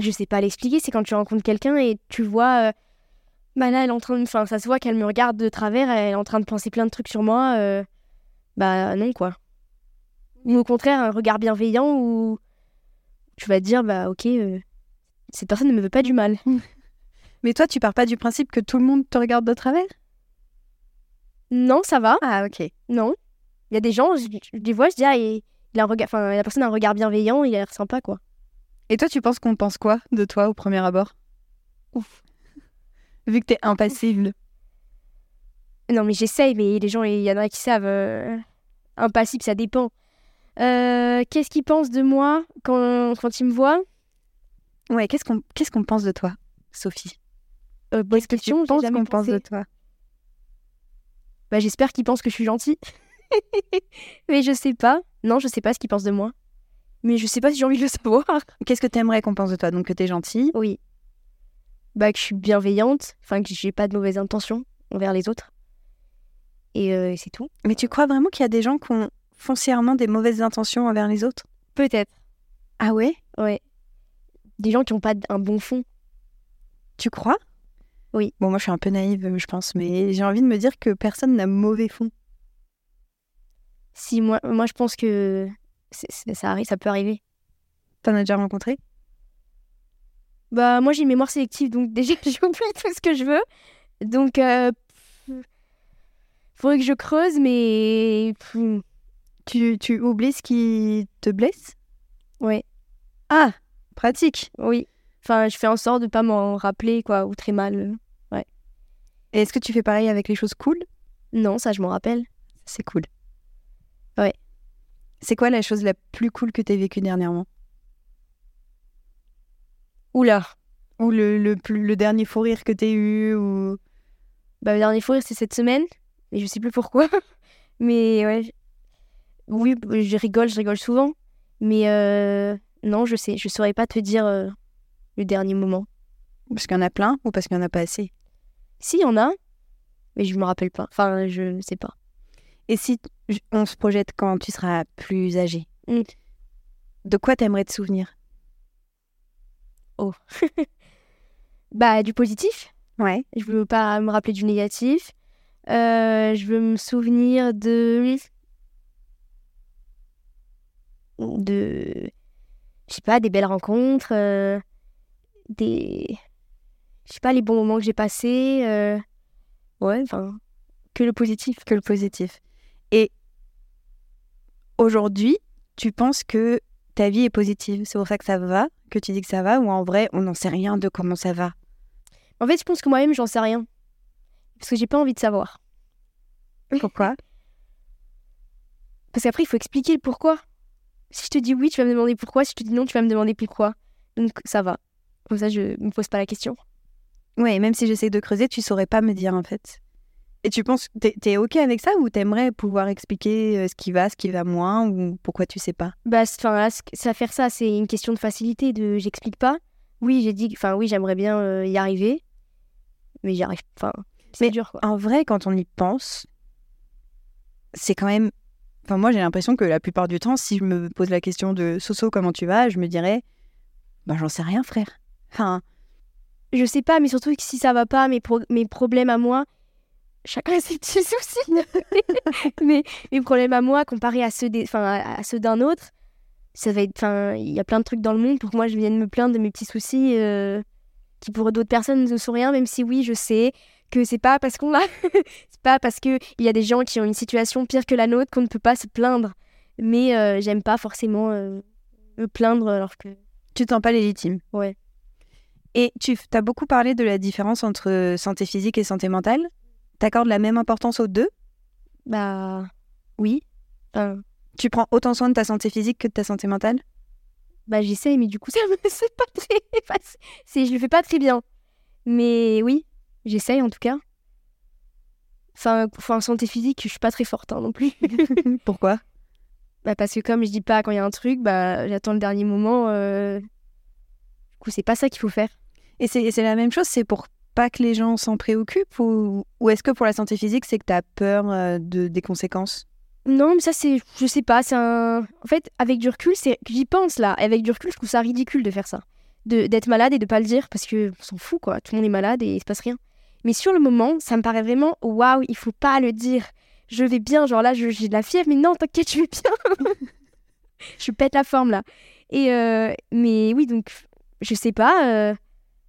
C: je sais pas l'expliquer, c'est quand tu rencontres quelqu'un et tu vois, euh, bah là, elle est en train de. Enfin, ça se voit qu'elle me regarde de travers, elle est en train de penser plein de trucs sur moi. euh, bah non, quoi. Ou au contraire, un regard bienveillant où tu vas te dire, bah ok, euh, cette personne ne me veut pas du mal.
B: Mais toi, tu pars pas du principe que tout le monde te regarde de travers
C: Non, ça va,
B: Ah, ok.
C: non. Il y a des gens, je, je les vois, je dis, ah, il, il a un regard. Enfin, la personne a un regard bienveillant, il a l'air sympa, quoi.
B: Et toi, tu penses qu'on pense quoi de toi au premier abord Ouf. Vu que t'es impassible.
C: Non, mais j'essaye, mais les gens, il y en a qui savent. euh, impassible, ça dépend. Euh, Qu'est-ce qu'ils pensent de moi quand, quand ils me voient
B: Ouais, qu'est-ce qu'on qu'est-ce qu'on pense de toi, Sophie
C: euh, Bonne
B: Qu'est-ce que tu
C: question, j'ai
B: penses
C: jamais
B: qu'on pense
C: pensé.
B: de toi
C: Bah, J'espère qu'ils pensent que je suis gentille. [laughs] mais je sais pas. Non, je sais pas ce qu'ils pensent de moi. Mais je sais pas si j'ai envie de le savoir.
B: Qu'est-ce que t'aimerais qu'on pense de toi Donc que t'es gentille,
C: Oui. Bah, que je suis bienveillante, enfin, que j'ai pas de mauvaises intentions envers les autres. Et euh, c'est tout.
B: mais tu crois vraiment qu'il y a des gens qui ont foncièrement des mauvaises intentions envers les autres
C: Peut-être.
B: Ah ouais
C: Ouais. Des gens qui ont pas d- un bon fond.
B: Tu crois
C: Oui.
B: Bon, moi, je suis un peu naïve, euh, je pense, mais j'ai envie de me dire que personne n'a mauvais fond.
C: Si moi, moi je pense que c'est- c'est- ça, arrive, ça peut arriver.
B: T'en as déjà rencontré
C: Bah moi j'ai une mémoire sélective donc déjà j'ai oublié tout ce que [laughs] je veux. Donc euh, pff, faudrait que je creuse mais pff,
B: tu, tu oublies ce qui te blesse
C: ouais
B: Ah, pratique.
C: oui. Enfin je fais en sorte de pas m'en rappeler quoi ou très mal.
B: Et est-ce que tu fais pareil avec les choses cool
C: Non ça je m'en rappelle.
B: C'est cool.
C: Ouais.
B: C'est quoi la chose la plus cool que t'aies vécue dernièrement
C: Oula.
B: Ou le, le, plus- le dernier fou rire que t'aies eu ou...
C: Bah le dernier fou rire, c'est cette semaine et je sais plus pourquoi [laughs] mais ouais. je- Oui je rigole je rigole souvent mais euh, non je sais je saurais pas te dire euh, le dernier moment.
B: Parce qu'il y en a plein ou parce qu'il y en a pas assez
C: Si, il y en a, mais je me rappelle pas. Enfin, je ne sais pas.
B: Et si t- j- on se projette quand tu seras plus âgé,
C: Mm.
B: de quoi t'aimerais te souvenir
C: Bah, du positif.
B: Ouais.
C: Je veux pas me rappeler du négatif. Euh, je veux me souvenir de. de. Je sais pas, des belles rencontres, euh, des. Je sais pas, les bons moments que j'ai passés. euh, Ouais, enfin.
B: Que le positif. Que le positif. Et aujourd'hui, tu penses que ta vie est positive. C'est pour ça que ça va, que tu dis que ça va, ou en vrai, on n'en sait rien de comment ça va.
C: En fait, je pense que moi-même, j'en sais rien. Parce que j'ai pas envie de savoir.
B: Pourquoi
C: Parce qu'après, il faut expliquer le pourquoi. Si je te dis oui, tu vas me demander pourquoi. Si je te dis non, tu vas me demander pourquoi. Donc ça va. Comme ça, je me pose pas la question.
B: Ouais, même si j'essaie de creuser, tu saurais pas me dire en fait. Et tu penses, t'es t'es ok avec ça ou t'aimerais pouvoir expliquer euh, ce qui va, ce qui va moins ou pourquoi tu sais pas
C: Bah, c'est- enfin, là, ce que- ça faire ça, c'est une question de facilité. De, j'explique pas. Oui, j'ai dit. Enfin, oui, j'aimerais bien euh, y arriver, mais j'y arrive. Enfin, c'est
B: Mais-
C: dur. Quoi.
B: En vrai, quand on y pense, c'est quand même. Enfin, moi, j'ai l'impression que la plupart du temps, si je me pose la question de Soso, comment tu vas, je me dirais, ben, j'en sais rien, frère. Enfin,
C: Je sais pas, mais surtout que si ça va pas, mes pro- mes problèmes à moi, chacun a ses petits soucis. [laughs] mais mes problèmes à moi, comparés à ceux des- enfin, à, à ceux d'un autre, ça va être. Enfin, il y a plein de trucs dans le monde pour que moi je vienne me plaindre de mes petits soucis euh, qui pour d'autres personnes ne sont rien, même si oui, je sais que c'est pas parce qu'on l'a, [laughs] c'est pas parce que il y a des gens qui ont une situation pire que la nôtre qu'on ne peut pas se plaindre. Mais euh, j'aime pas forcément euh, me plaindre alors que.
B: Tu te sens pas légitime.
C: Ouais.
B: Et tu as beaucoup parlé de la différence entre santé physique et santé mentale. T'accordes la même importance aux deux.
C: Bah. Oui. Enfin,
B: Tu prends autant soin de ta santé physique que de ta santé mentale.
C: Bah j'essaie, mais du coup, [laughs] ça me c'est pas très... enfin, c'est- c'est, je le fais pas très bien. Mais oui, j'essaye en tout cas. Enfin, pour- en santé physique, je suis pas très forte hein, non plus.
B: Pourquoi
C: bah, parce que comme je dis pas quand il y a un truc, bah j'attends le dernier moment. euh, Du coup, c'est pas ça qu'il faut faire.
B: Et c'est et c'est la même chose, c'est pour pas que les gens s'en préoccupent ou, ou est-ce que pour la santé physique, c'est que tu as peur euh, de, des conséquences
C: Non, mais ça c'est, je sais pas, c'est un. En fait, avec du recul, c'est, j'y pense là. Avec du recul, je trouve ça ridicule de faire ça, de d'être malade et de pas le dire parce que on s'en fout quoi. Tout le monde est malade et il se passe rien. Mais sur le moment, ça me paraît vraiment waouh, il faut pas le dire. Je vais bien, genre là, je- j'ai de la fièvre, mais non, t'inquiète, je vais bien. [laughs] je pète la forme là. Et euh, mais oui, donc je sais pas euh,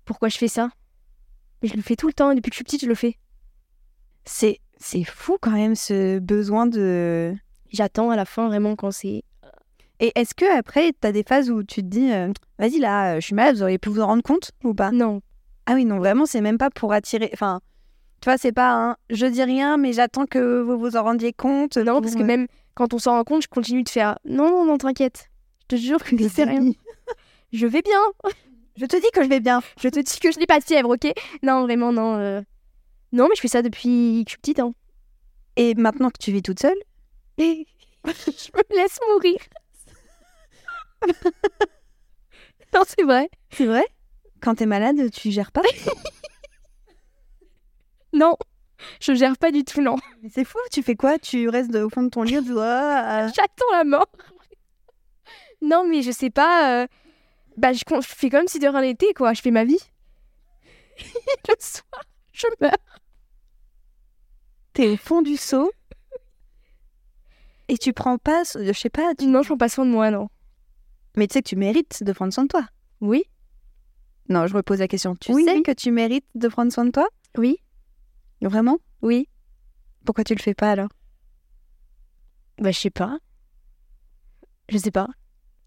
C: pourquoi je fais ça. Mais je le fais tout le temps et depuis que je suis petite, je le fais.
B: C'est c'est fou quand même ce besoin de.
C: J'attends à la fin vraiment quand c'est
B: Et est-ce que après, tu as des phases où tu te dis, euh, vas-y là, euh, je suis malade, vous auriez pu vous en rendre compte ou pas
C: non.
B: Ah oui, non, vraiment, c'est même pas pour attirer. Enfin, tu vois, c'est pas un je dis rien, mais j'attends que vous vous en rendiez compte.
C: Non, parce que même quand on s'en rend compte, je continue de faire non, non, non, t'inquiète. Je te jure que je sais rien. Je vais bien.
B: Je te dis que je vais bien.
C: Je te dis que je n'ai pas de fièvre, ok Non, vraiment, non. euh. Non, mais je fais ça depuis que je suis petite. Hein. [laughs]
B: Et maintenant que tu vis toute seule,
C: Et je me laisse mourir. [laughs] non, c'est vrai.
B: c'est vrai Quand t'es malade, tu gères pas
C: Non, je gère pas du tout, non. [laughs]
B: Mais c'est fou, tu fais quoi Tu restes au fond de ton lit, tu oh, euh, vois
C: J'attends la mort. non, mais je sais pas. euh, Bah, je, con- je fais comme si de rien n'était, quoi. Je fais ma vie. [laughs] Le soir, je meurs.
B: T'es au fond du seau. Et tu prends pas, ce- je sais pas, tu-
C: Non, je prends pas soin de moi, non.
B: mais tu sais que tu mérites de prendre soin de toi.
C: Oui.
B: Non, je repose la question. Tu
C: Oui,
B: sais
C: oui.
B: que tu mérites de prendre soin de toi
C: Oui.
B: Vraiment
C: Oui.
B: Pourquoi tu le fais pas alors
C: Bah, je sais pas. Je sais pas.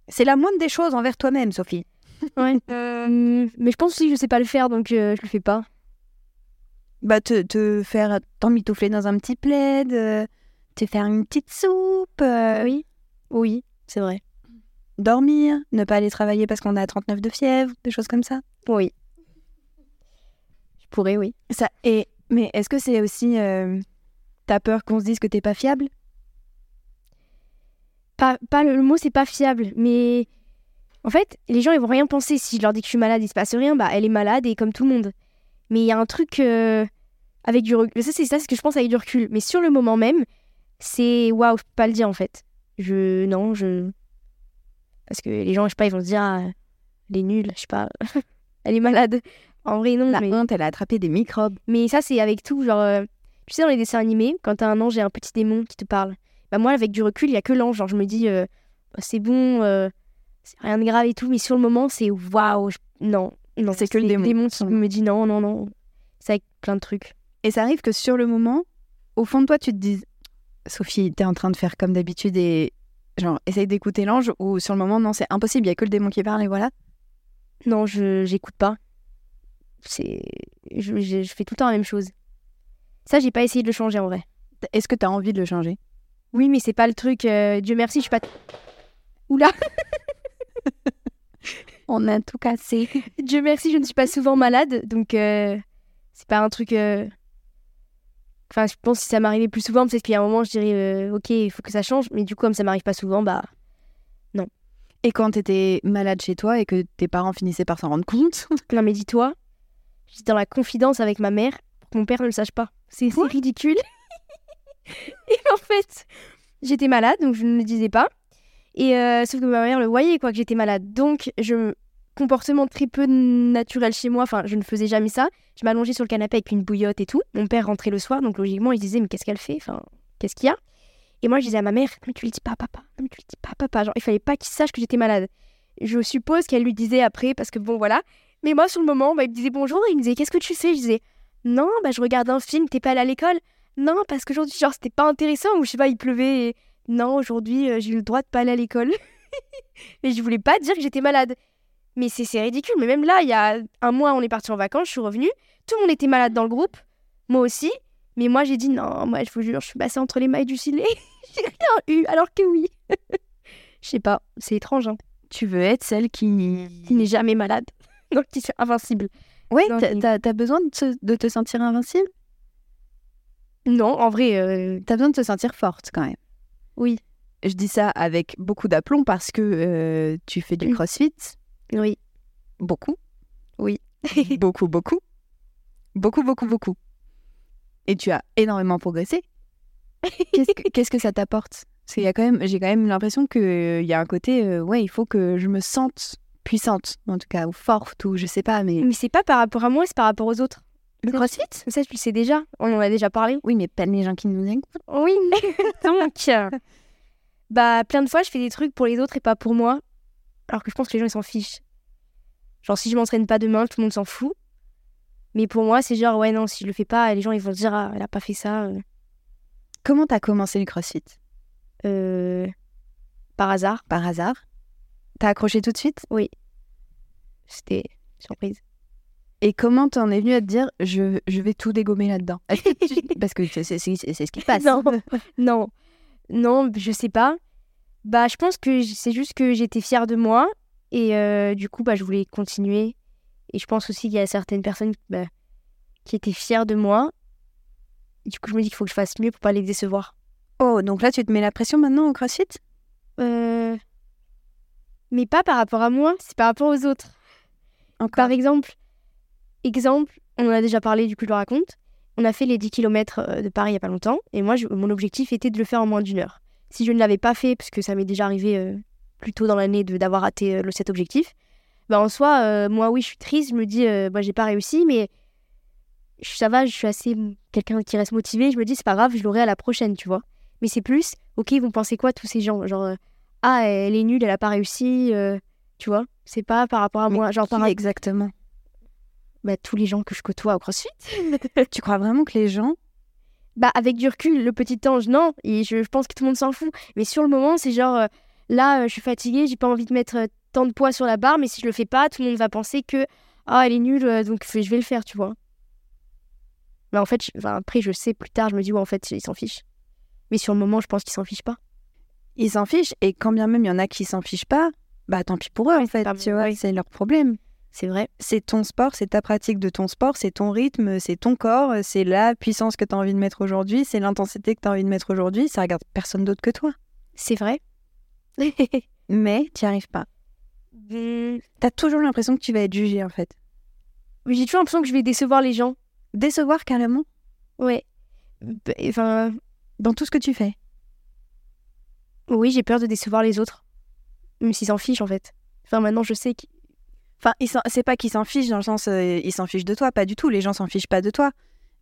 B: C'est la moindre des choses envers toi-même, Sophie.
C: Ouais. Euh, mais je pense aussi que je sais pas le faire, donc euh, je le fais pas.
B: Bah, te, te faire t'emmitoufler dans un petit plaid, euh, te faire une petite soupe, euh,
C: oui. Oui, c'est vrai.
B: Mm. dormir, ne pas aller travailler parce qu'on a 39 de fièvre, des choses comme ça.
C: Oui. Je pourrais, oui.
B: ça et, mais est-ce que c'est aussi. euh, T'as peur qu'on se dise que t'es pas fiable
C: Pas, pas le, le mot, c'est pas fiable, mais en fait, les gens, ils vont rien penser. Si je leur dis que je suis malade, il se passe rien, bah, elle est malade et comme tout le monde. Mais il y a un truc euh, avec du recul. Ça, c'est ça, c'est ce que je pense avec du recul. Mais sur le moment même, c'est waouh, je peux pas le dire en fait. Je. Non, je. Parce que les gens, je sais pas, ils vont se dire, ah, elle est nulle, je sais pas, [laughs] elle est malade. En vrai, non,
B: La
C: mais.
B: honte, elle a attrapé des microbes.
C: Mais ça, c'est avec tout. Genre, euh, tu sais, dans les dessins animés, quand t'as un ange et un petit démon qui te parle, bah moi, avec du recul, il y a que l'ange. Genre, je me dis, euh, Bah, c'est bon, euh, c'est rien de grave et tout. Mais sur le moment, c'est waouh, je- non, non,
B: C'est que le démon.
C: qui me dit non, non, non. C'est avec plein de trucs.
B: Et ça arrive que sur le moment, au fond de toi, tu te dises Sophie, t'es en train de faire comme d'habitude et. Genre, essaye d'écouter l'ange ou sur le moment, non, c'est impossible, il y a que le démon qui parle et voilà.
C: Non, je j'écoute pas. C'est, je, je- je fais tout le temps la même chose. Ça, j'ai pas essayé de le changer en vrai.
B: Est-ce que t'as envie de le changer
C: Oui, mais c'est pas le truc. euh, Dieu merci, je suis pas. Oula.
B: On a tout cassé.
C: Dieu merci, je ne suis pas souvent malade, donc euh, c'est pas un truc. euh, Enfin, je pense que si ça m'arrivait plus souvent, peut-être qu'il y a un moment, je dirais euh, ok, il faut que ça change, mais du coup, comme ça m'arrive pas souvent, bah
B: Et quand t'étais malade chez toi et que tes parents finissaient par s'en rendre compte [laughs]
C: non, mais dis-toi, j'étais dans la confidence avec ma mère pour que mon père ne le sache pas. C'est c'est ridicule. [laughs] et en fait, j'étais malade, donc je ne le disais pas. Et euh, sauf que ma mère le voyait quoi que j'étais malade, donc je comportement très peu naturel chez moi. Enfin, je ne faisais jamais ça. Je m'allongeais sur le canapé avec une bouillotte et tout. Mon père rentrait le soir, donc logiquement, il disait Mais qu'est-ce qu'elle fait Enfin, qu'est-ce qu'il y a Et moi, je disais à ma mère Non, mais tu le dis pas à papa. Non, mais tu le dis pas à papa. Genre, il fallait pas qu'il sache que j'étais malade. Je suppose qu'elle lui disait après, parce que bon, voilà. Mais moi, sur le moment, bah, il me disait bonjour. Il me disait Qu'est-ce que tu fais Je disais Non, bah, je regarde un film. T'es pas allé à l'école Non, parce qu'aujourd'hui, genre, c'était pas intéressant. Ou je sais pas, il pleuvait. et Non, aujourd'hui, euh, j'ai eu le droit de pas aller à l'école. [laughs] Mais je voulais pas dire que j'étais malade. Mais c'est c'est ridicule. Mais même là, il y a un mois, on est parti en vacances, je suis revenue. Tout le monde était malade dans le groupe. Moi aussi. Mais moi, j'ai dit non, moi, je vous jure, je suis passée entre les mailles du filet. [laughs] j'ai rien eu, alors que oui. [laughs] Je sais pas, c'est étrange. Hein.
B: Tu veux être celle qui.
C: Qui n'est jamais malade. [laughs] Donc, qui est invincible.
B: Oui,
C: Non,
B: t'as-
C: qui-
B: t'as t'as besoin de, te- de te sentir invincible
C: Non, en vrai, euh,
B: T'as besoin de te sentir forte quand même.
C: oui.
B: Je dis ça avec beaucoup d'aplomb parce que euh, tu fais du
C: Mm.
B: crossfit,
C: Oui.
B: beaucoup.
C: Oui.
B: [laughs] beaucoup, beaucoup. Beaucoup, beaucoup, beaucoup. Et tu as énormément [laughs] progressé. Qu'est-ce que, qu'est-ce que ça t'apporte Parce qu'il y a quand même, j'ai quand même l'impression que euh, il y a un côté, euh, ouais, il faut que je me sente puissante, en tout cas, ou forte, ou je sais pas, mais.
C: Mais c'est pas par rapport à moi, c'est par rapport aux autres.
B: Le crossfit
C: Ça, tu le sais déjà. On en a déjà parlé.
B: Oui, mais pas les gens qui nous écoutent.
C: Oui, [laughs] donc. euh, Bah, plein de fois, je fais des trucs pour les autres et pas pour moi. Alors que je pense que les gens, ils s'en fichent. Genre, si je m'entraîne pas demain, tout le monde s'en fout. Mais pour moi, c'est genre, ouais, non, si je le fais pas, les gens, ils vont se dire, ah, elle a pas fait ça. euh,
B: Comment t'as commencé le crossfit
C: euh, par hasard.
B: Par hasard T'as accroché tout de suite
C: C'était surprise.
B: Et comment t'en es venu à te dire je, je vais tout dégommer là-dedans
C: [laughs]
B: Est-ce que tu- Parce que c'est c'est- c'est- c'est ce qui se passe.
C: Non. Non, non, je sais pas. Bah, je pense que j- c'est juste que j'étais fière de moi et euh, du coup, bah, je voulais continuer. Et je pense aussi qu'il y a certaines personnes bah, qui étaient fières de moi. Et du coup, je me dis qu'il faut que je fasse mieux pour pas les décevoir.
B: [laughs] Oh, donc là, tu te mets la pression maintenant au crossfit
C: Euh, Mais pas par rapport à moi, c'est par rapport aux autres.
B: Encore
C: Par exemple, exemple, on en a déjà parlé, du coup, je le raconte. On a fait les 10 km de Paris il y a pas longtemps, et moi, je- mon objectif était de le faire en moins d'une heure. Si je ne l'avais pas fait, parce que ça m'est déjà arrivé euh, plus tôt dans l'année de- d'avoir raté euh, le- cet objectif, bah en soi, euh, moi, oui, je suis triste, je me dis, euh, bah, j'ai pas réussi, mais je- ça va, je suis assez quelqu'un qui reste motivé, je me dis, c'est pas grave, je l'aurai à la prochaine, tu vois. Mais c'est plus, ok, ils vont penser quoi tous ces gens Genre, euh, ah, elle est nulle, elle a pas réussi, euh, tu vois. C'est pas par rapport à
B: Mais
C: moi, genre par [laughs]
B: Qui exactement
C: bah, tous les gens que je côtoie au CrossFit.
B: Tu crois vraiment que les gens
C: Bah, avec du recul, le petit ange, non. Et je, je pense que tout le monde s'en fout. Mais sur le moment, c'est genre, euh, là, euh, je suis fatiguée, j'ai pas envie de mettre euh, tant de poids sur la barre, mais si je le fais pas, tout le monde va penser que, ah, elle est nulle, euh, donc je vais je vais le faire, tu vois. Mais en fait, je- enfin, après, je sais plus tard, je me dis, ouais, en fait, ils s'en fichent. Mais sur le moment, je pense qu'ils s'en fichent pas.
B: ils s'en fichent et quand bien même il y en a qui s'en fichent pas, bah tant pis pour eux en fait,
C: pas
B: tu
C: mon-
B: vois,
C: oui.
B: c'est leur problème.
C: C'est vrai.
B: C'est ton sport, c'est ta pratique de ton sport, c'est ton rythme, c'est ton corps, c'est la puissance que tu as envie de mettre aujourd'hui, c'est l'intensité que tu as envie de mettre aujourd'hui, ça regarde personne d'autre que toi.
C: C'est vrai. [laughs] Hmm.
B: Mais tu arrives pas.
C: Hum,
B: Tu as toujours l'impression que tu vas être jugé en fait.
C: mais j'ai toujours l'impression que je vais décevoir les gens.
B: Décevoir carrément
C: Ouais. Bah, Enfin,
B: dans tout ce que tu fais.
C: Oui, j'ai peur de décevoir les autres. Même s'ils s'en fichent, en fait. Enfin, maintenant, je sais que...
B: Enfin, ils s'en- c'est pas qu'ils s'en fichent dans le sens, euh, ils s'en fichent de toi, pas du tout. Les gens s'en fichent pas de toi,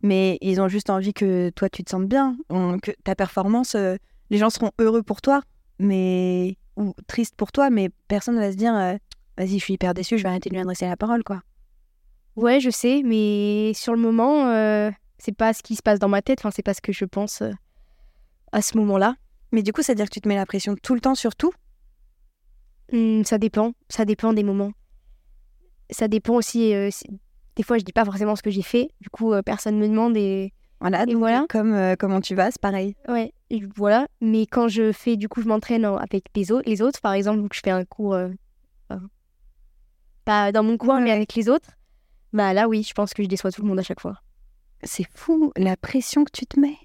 B: mais ils ont juste envie que toi tu te sentes bien, on- que ta performance, euh, les gens seront heureux pour toi, mais ou tristes pour toi, mais personne va se dire, euh, vas-y, je suis hyper déçu, je vais arrêter de lui adresser la parole, quoi.
C: Ouais, je sais, mais sur le moment, euh, c'est pas ce qui se passe dans ma tête. Enfin, c'est pas ce que je pense euh, à ce moment-là.
B: Mais du coup, ça veut dire que tu te mets la pression tout le temps sur tout.
C: Hmm, ça dépend. Ça dépend des moments. Ça dépend aussi... euh, si- Des fois, je dis pas forcément ce que j'ai fait. Du coup, euh, personne me demande et...
B: Voilà.
C: Et
B: donc,
C: voilà.
B: Comme euh, comment tu vas, c'est pareil.
C: Ouais, et voilà. Mais quand je fais, du coup, je m'entraîne en- avec les, au- les autres, par exemple, donc je fais un cours, euh, enfin, pas dans mon coin, mais avec les autres, bah là, oui, je pense que je déçois tout le monde à chaque fois.
B: C'est fou la pression que tu te mets.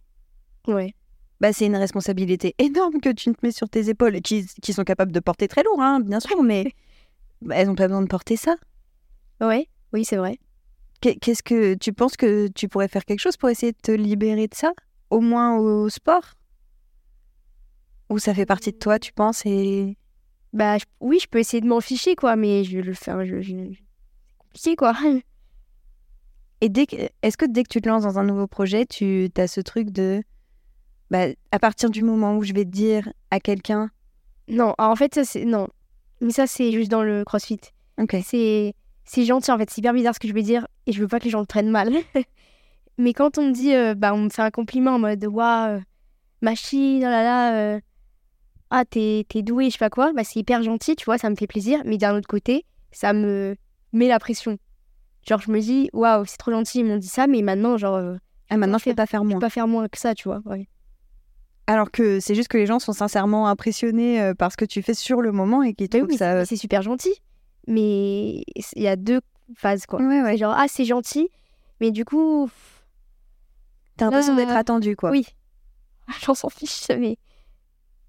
C: Ouais.
B: Bah, c'est une responsabilité [laughs] énorme que tu te mets sur tes épaules, et qui, qui sont capables de porter très lourd, hein, bien
C: [laughs]
B: sûr, mais bah, elles ont pas besoin de porter ça.
C: Ouais, oui, c'est vrai.
B: Qu'est- Qu'est-ce que tu penses que tu pourrais faire quelque chose pour essayer de te libérer de ça, au
C: Mmh.
B: moins au sport Ou ça fait partie de toi, tu penses, et
C: Bah je- oui, je peux essayer de m'en ficher, quoi, mais je vais le faire. Je, je... C'est compliqué, quoi. [laughs]
B: Et dès que, est-ce que dès que tu te lances dans un nouveau projet, tu as ce truc de. Bah, à partir du moment où je vais dire à quelqu'un.
C: Non, alors, en fait, ça c'est. Non. Mais ça, c'est juste dans le crossfit.
B: Ok.
C: C'est c'est gentil, en fait. C'est hyper bizarre ce que je vais dire et je veux pas que les gens le prennent mal. [laughs] Mais quand on me dit, euh, bah, on me fait un compliment en mode, waouh, machine, oh là là, euh, ah, t'es t'es doué, je sais pas quoi, bah, c'est hyper gentil, tu vois, ça me fait plaisir. Mais d'un autre côté, ça me met la pression. Genre, je me dis, waouh, c'est trop gentil, ils m'ont dit ça, mais maintenant, genre, euh,
B: Ah, maintenant, je peux pas faire
C: je peux
B: moins.
C: pas faire moins que ça, tu vois. ouais.
B: Alors que c'est juste que les gens sont sincèrement impressionnés euh, par ce que tu fais sur le moment et qu'ils
C: Bah oui,
B: trouvent
C: mais
B: ça. euh,
C: c'est- c'est super gentil. Mais il y a deux phases, quoi.
B: Ouais, ouais.
C: Genre, ah, c'est gentil, mais du coup,
B: T'as l'impression
C: Ah.
B: d'être attendu, quoi.
C: Oui. [laughs] J'en s'en fiche, mais.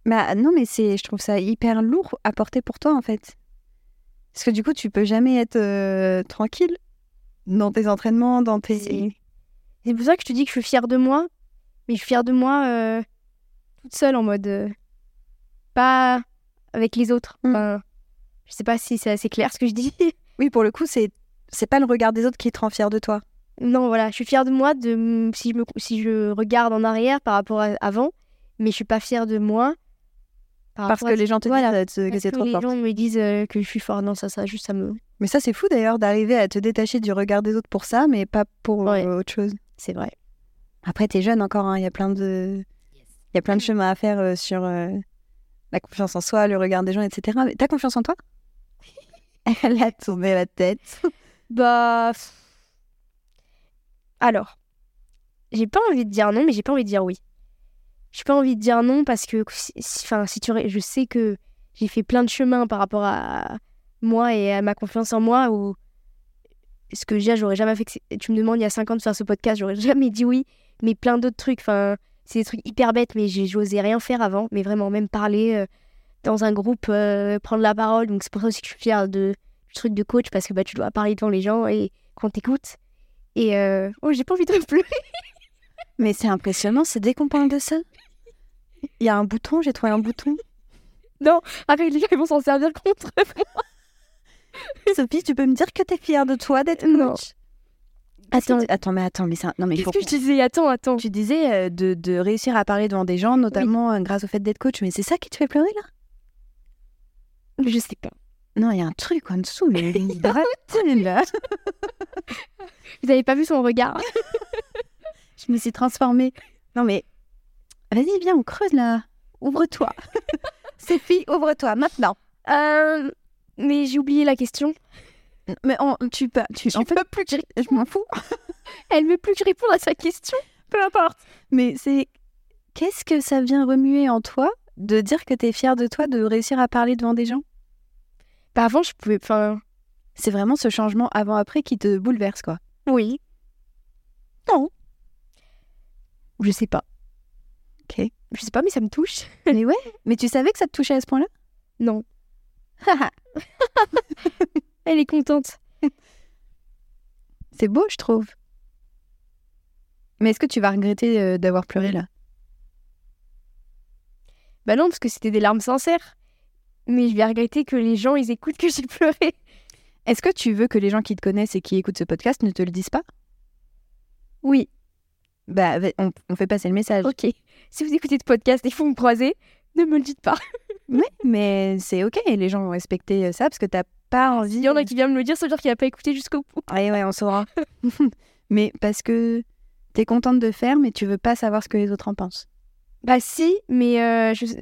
B: Bah, non, mais c'est, je trouve ça hyper lourd à porter pour toi, en fait. Parce que du coup, tu peux jamais être euh, tranquille dans tes entraînements, dans tes.
C: Si. C'est pour ça que je te dis que je suis fière de moi, mais je suis fière de moi euh, toute seule en mode. euh, pas avec les autres.
B: Mm.
C: Enfin, je sais pas si c'est assez clair ce que je dis. [laughs]
B: Oui, pour le coup, c'est c'est pas le regard des autres qui te rend fier de toi.
C: non, voilà, je suis fière de moi de, m- si, je me, si je regarde en arrière par rapport à avant, mais je suis pas fière de moi. par
B: Parce
C: rapport
B: que
C: à-
B: les gens te
C: Ah, Voilà.
B: disent euh, que
C: parce
B: c'est trop
C: les
B: fort.
C: gens me disent euh, que je suis forte. Non, ça, ça, juste ça me.
B: Mais ça, c'est fou d'ailleurs d'arriver à te détacher du regard des autres pour ça, mais pas pour
C: Ouais.
B: euh, autre chose.
C: C'est vrai.
B: Après, t'es jeune encore, hein, il y a plein de, il y a plein de chemins à faire euh, sur euh, la confiance en soi, le regard des gens, etc. Mais t'as confiance en [laughs] toi Elle a tourné la tête.
C: Bah. pff. Alors, j'ai pas envie de dire non, mais j'ai pas envie de dire oui. J'ai pas envie de dire non parce que, si- si- enfin, si tu, ré- je sais que j'ai fait plein de chemins par rapport à moi et à ma confiance en moi où ce que j'ai, j'aurais jamais fait. que c'est- Tu me demandes il y a 5 ans de faire ce podcast, j'aurais [laughs] jamais dit oui. Mais plein d'autres trucs, enfin, c'est des trucs hyper bêtes, mais j'ai- j'osais rien faire avant, mais vraiment même parler euh, dans un groupe, euh, prendre la parole. Donc c'est pour ça aussi que je suis fière de du truc de coach parce que bah, tu dois parler devant les gens et qu'on t'écoute. Et euh, oh, j'ai pas envie de pleurer. [laughs]
B: Mais c'est impressionnant, c'est dès qu'on parle de ça. Il y a un bouton, j'ai trouvé un [laughs] bouton.
C: Après, les gens ils vont s'en servir contre.
B: Sophie, tu peux me dire que t'es fière de toi d'être
C: Non.
B: coach Qu'est-ce que
C: Attends.
B: tu- attends, mais attends, mais ça, non mais il
C: Qu'est-ce
B: faut
C: que je disais Attends, attends.
B: Tu disais euh, de, de réussir à parler devant des gens, notamment euh, grâce au fait d'être coach, mais c'est ça qui te fait pleurer là
C: Je sais pas.
B: Non, il y a un truc en dessous, mais il est [laughs] gratté, là.
C: Vous avez pas vu son [laughs] regard
B: Je me suis transformée. Non mais, vas-y, viens, on creuse là. [laughs] Ouvre-toi. Sophie, ouvre-toi maintenant.
C: Euh, Mais j'ai oublié la question.
B: Mais on, tu peux, tu, en fait, plus je m'en fous.
C: Elle veut plus que je réponde à sa question.
B: Peu importe. Mais c'est, qu'est-ce que ça vient remuer en toi de dire que t'es fière de toi de réussir à parler devant des gens
C: Bah avant, je pouvais. Enfin,
B: C'est vraiment ce changement avant-après qui te bouleverse quoi.
C: oui. Non. Je sais pas.
B: Ok.
C: Je sais pas, mais ça me touche.
B: [laughs] Mais ouais, mais tu savais que ça te touchait à ce point-là [laughs]
C: Non. Elle est contente.
B: C'est beau, je trouve. Mais est-ce que tu vas regretter euh, d'avoir pleuré là
C: Bah non, parce que c'était des larmes sincères. Mais je vais regretter que les gens, ils écoutent que j'ai pleuré.
B: Est-ce que tu veux que les gens qui te connaissent et qui écoutent ce podcast ne te le disent pas
C: Oui.
B: Bah, va- on, on fait passer le message.
C: Ok. Si vous écoutez de podcast et que vous me croisez, ne me le dites pas.
B: Ouais, mais c'est ok, les gens vont respecter euh, ça parce que t'as pas envie. Eh
C: Il y en a qui vient me le dire, ça veut dire qu'il n'a pas écouté jusqu'au bout.
B: Ouais, ouais, on saura. [laughs] mais parce que t'es contente de faire, mais tu veux pas savoir ce que les autres en pensent.
C: Bah si, mais euh, je, je,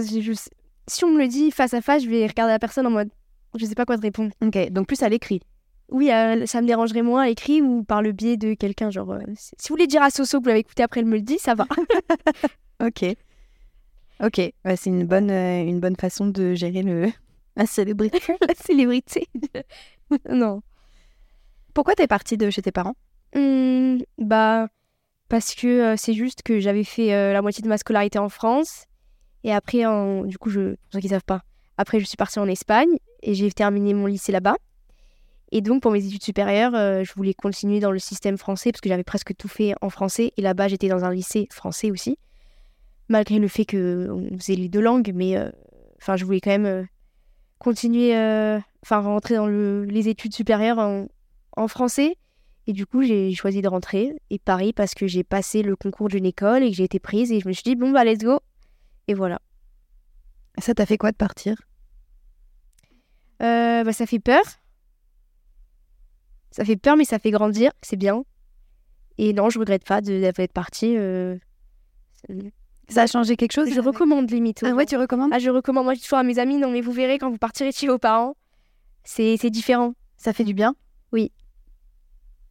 C: je- je- si on me le dit face à face, je vais regarder la personne en mode, je sais pas quoi te répondre.
B: Ok, donc plus à l'écrit.
C: Oui, euh, ça me dérangerait moins à l'écrit ou par le biais de quelqu'un. Genre, euh, si si vous voulez dire à Soso que vous l'avez écouté après, elle me le dit, ça va. [laughs]
B: Ok. Ok, ouais, c'est une bonne, euh, une bonne façon de gérer le... [laughs]
C: [laughs]
B: la célébrité.
C: la célébrité. [laughs] non.
B: Pourquoi t'es partie de chez tes parents
C: Hmm, bah, parce que euh, c'est juste que j'avais fait euh, la moitié de ma scolarité en France. Et après, en- du coup, je, pour ceux qui savent pas, après, je suis partie en Espagne et j'ai terminé mon lycée là-bas. Et donc, pour mes études supérieures, euh, je voulais continuer dans le système français parce que j'avais presque tout fait en français. Et là-bas, j'étais dans un lycée français aussi. Malgré le fait que on faisait les deux langues, mais euh, enfin, je voulais quand même euh, continuer, euh, enfin rentrer dans le- les études supérieures en, en français. Et du coup, j'ai choisi de rentrer. Et Paris, parce que j'ai passé le concours d'une école et que j'ai été prise. Et je me suis dit, bon, bah, let's go. Et voilà.
B: Ça t'a fait quoi de partir
C: Euh, bah, ça fait peur. Ça fait peur, mais ça fait grandir. C'est bien. Et non, je regrette pas de- d'être partie. euh.
B: Ça a changé quelque chose
C: Je recommande limite. aux
B: Ah
C: gens.
B: ouais, tu recommandes
C: Ah, je recommande. Moi, je dis toujours à mes amis, non, mais vous verrez quand vous partirez de chez vos parents. C'est c'est différent.
B: Ça fait du bien
C: Oui.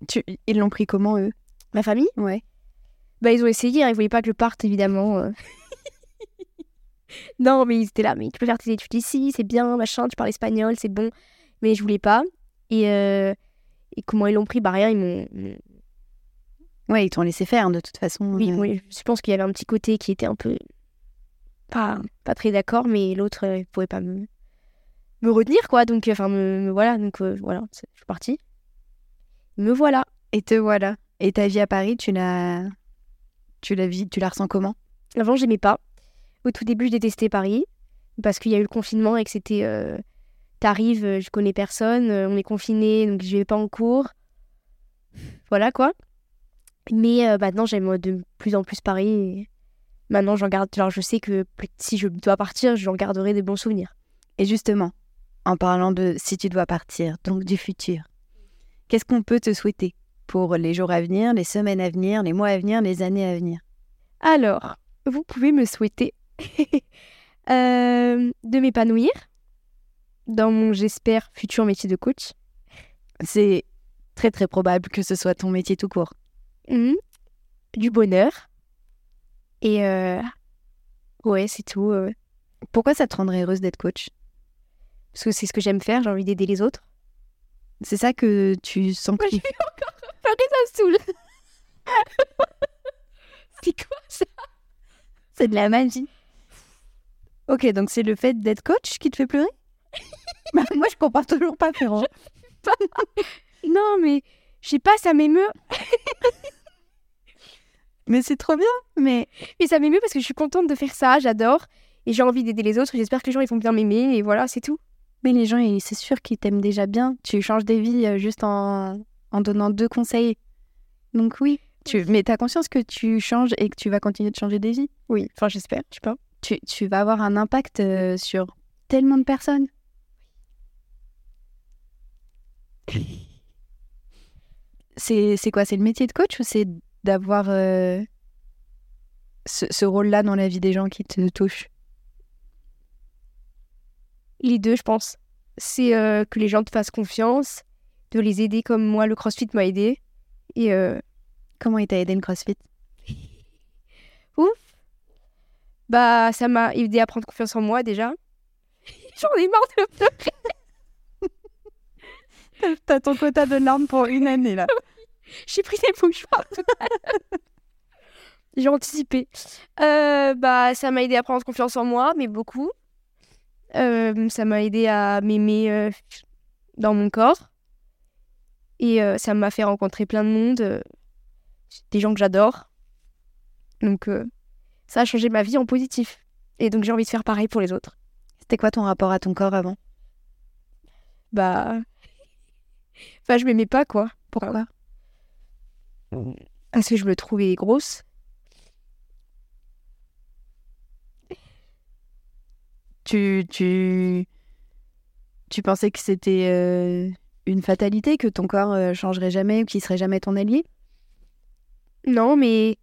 B: Tu... Ils l'ont pris comment, eux
C: Ma famille,
B: Ouais.
C: bah, ils ont essayé. hein, Ils voulaient pas que je parte, évidemment. euh. [laughs] non, mais ils étaient là. Mais tu peux faire tes études ici, c'est bien, machin. Tu parles espagnol, c'est bon. Mais je voulais pas. Et, euh, et comment ils l'ont pris Bah, rien. Ils m'ont. ils m'ont-
B: Ouais, ils t'ont laissé faire, de toute façon.
C: Oui,
B: euh,
C: oui, je pense qu'il y avait un petit côté qui était un peu. Pas, pas très d'accord, mais l'autre euh, pouvait pas me, me retenir, quoi. Donc, euh, enfin, me, me voilà. Donc, euh, voilà, c'est- je suis partie. Me voilà.
B: Et te voilà. Et ta vie à Paris, tu la... Tu la vis, tu la ressens comment
C: Avant, j'aimais pas. Au tout début, je détestais Paris parce qu'il y a eu le confinement et que c'était. euh, T'arrives, euh, je connais personne, euh, on est confiné, donc je vais pas en cours. Voilà quoi. Mais euh, maintenant, j'aime de plus en plus Paris. et maintenant, j'en garde. Alors, je sais que plus- si je dois partir, j'en garderai des bons souvenirs.
B: Et justement, en parlant de si tu dois partir, donc du futur, qu'est-ce qu'on peut te souhaiter pour les jours à venir, les semaines à venir, les mois à venir, les années à venir
C: Alors, vous pouvez me souhaiter [laughs] euh, de m'épanouir dans mon, j'espère, futur métier de coach.
B: C'est très très probable que ce soit ton métier tout court.
C: Mhm. du bonheur. Et euh, ouais, c'est tout. euh,
B: Pourquoi ça te rendrait heureuse d'être coach
C: parce que c'est ce que j'aime faire, j'ai envie d'aider les autres.
B: C'est ça que tu sens que tu-
C: ça saoule [laughs] C'est quoi ça
B: c'est de la magie. Ok, donc c'est le fait d'être coach qui te fait pleurer Bah, Moi, je comprends toujours pas, Ferrand.
C: Non, mais je sais pas, ça m'émeut.
B: [laughs] Mais c'est trop bien. Mais
C: Mais ça m'émeut parce que je suis contente de faire ça, j'adore. Et j'ai envie d'aider les autres, et j'espère que les gens ils vont bien m'aimer, et voilà, c'est tout.
B: mais les gens, ils- c'est sûr qu'ils t'aiment déjà bien. Tu changes des vies euh, juste en, en donnant deux conseils. Donc oui. Tu... Mais t'as conscience que tu changes et que tu vas continuer de changer des vies.
C: Oui, enfin j'espère, je sais pas.
B: Tu, tu vas avoir un impact euh, sur tellement de personnes. C'est c'est quoi C'est le métier de coach ou c'est d'avoir euh, ce, ce rôle-là dans la vie des gens qui te touchent
C: Les deux, je pense. C'est euh, que les gens te fassent confiance, de les aider comme moi, le CrossFit m'a aidé. Et euh,
B: Comment il t'a aidé le CrossFit
C: bah, ça m'a aidé à prendre confiance en moi déjà. [laughs] J'en ai marre de pleurer.
B: [laughs] T'as ton quota de larmes pour une année là.
C: J'ai pris des mouchoirs. [laughs] J'ai anticipé. Euh, bah, ça m'a aidé à prendre confiance en moi, mais beaucoup. Euh, ça m'a aidé à m'aimer euh, dans mon corps. Et euh, ça m'a fait rencontrer plein de monde, euh, des gens que j'adore. Donc, euh, ça a changé ma vie en positif. Et donc, j'ai envie de faire pareil pour les autres.
B: [laughs] C'était quoi ton rapport à ton corps avant
C: Bah. [laughs] Enfin, je m'aimais pas, quoi.
B: Pourquoi
C: Parce que je me trouvais grosse.
B: tu, tu, tu pensais que c'était euh, une fatalité, que ton corps euh, changerait jamais ou qu'il serait jamais ton allié
C: Non, mais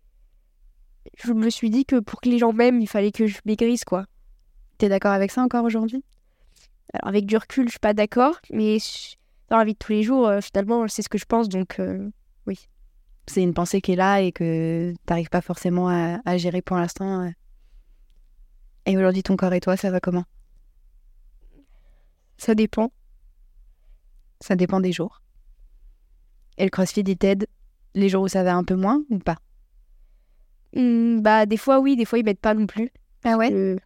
C: je me suis dit que pour que les gens m'aiment, il fallait que je maigrisse, quoi.
B: T'es d'accord avec ça encore aujourd'hui
C: Alors, avec du recul, je suis pas d'accord, mais je- dans la vie de tous les jours, euh, finalement, c'est ce que je pense, donc... euh,
B: C'est une pensée qui est là et que t'arrives pas forcément à, à gérer pour l'instant. ouais. Et aujourd'hui, ton corps et toi, ça va comment
C: ça dépend.
B: Ça dépend des jours. Et le crossfit, il t'aide les jours où ça va un peu moins ou pas
C: Hmm, bah, des fois, oui, des fois, ils m'aident pas non plus.
B: Ah ouais
C: Euh,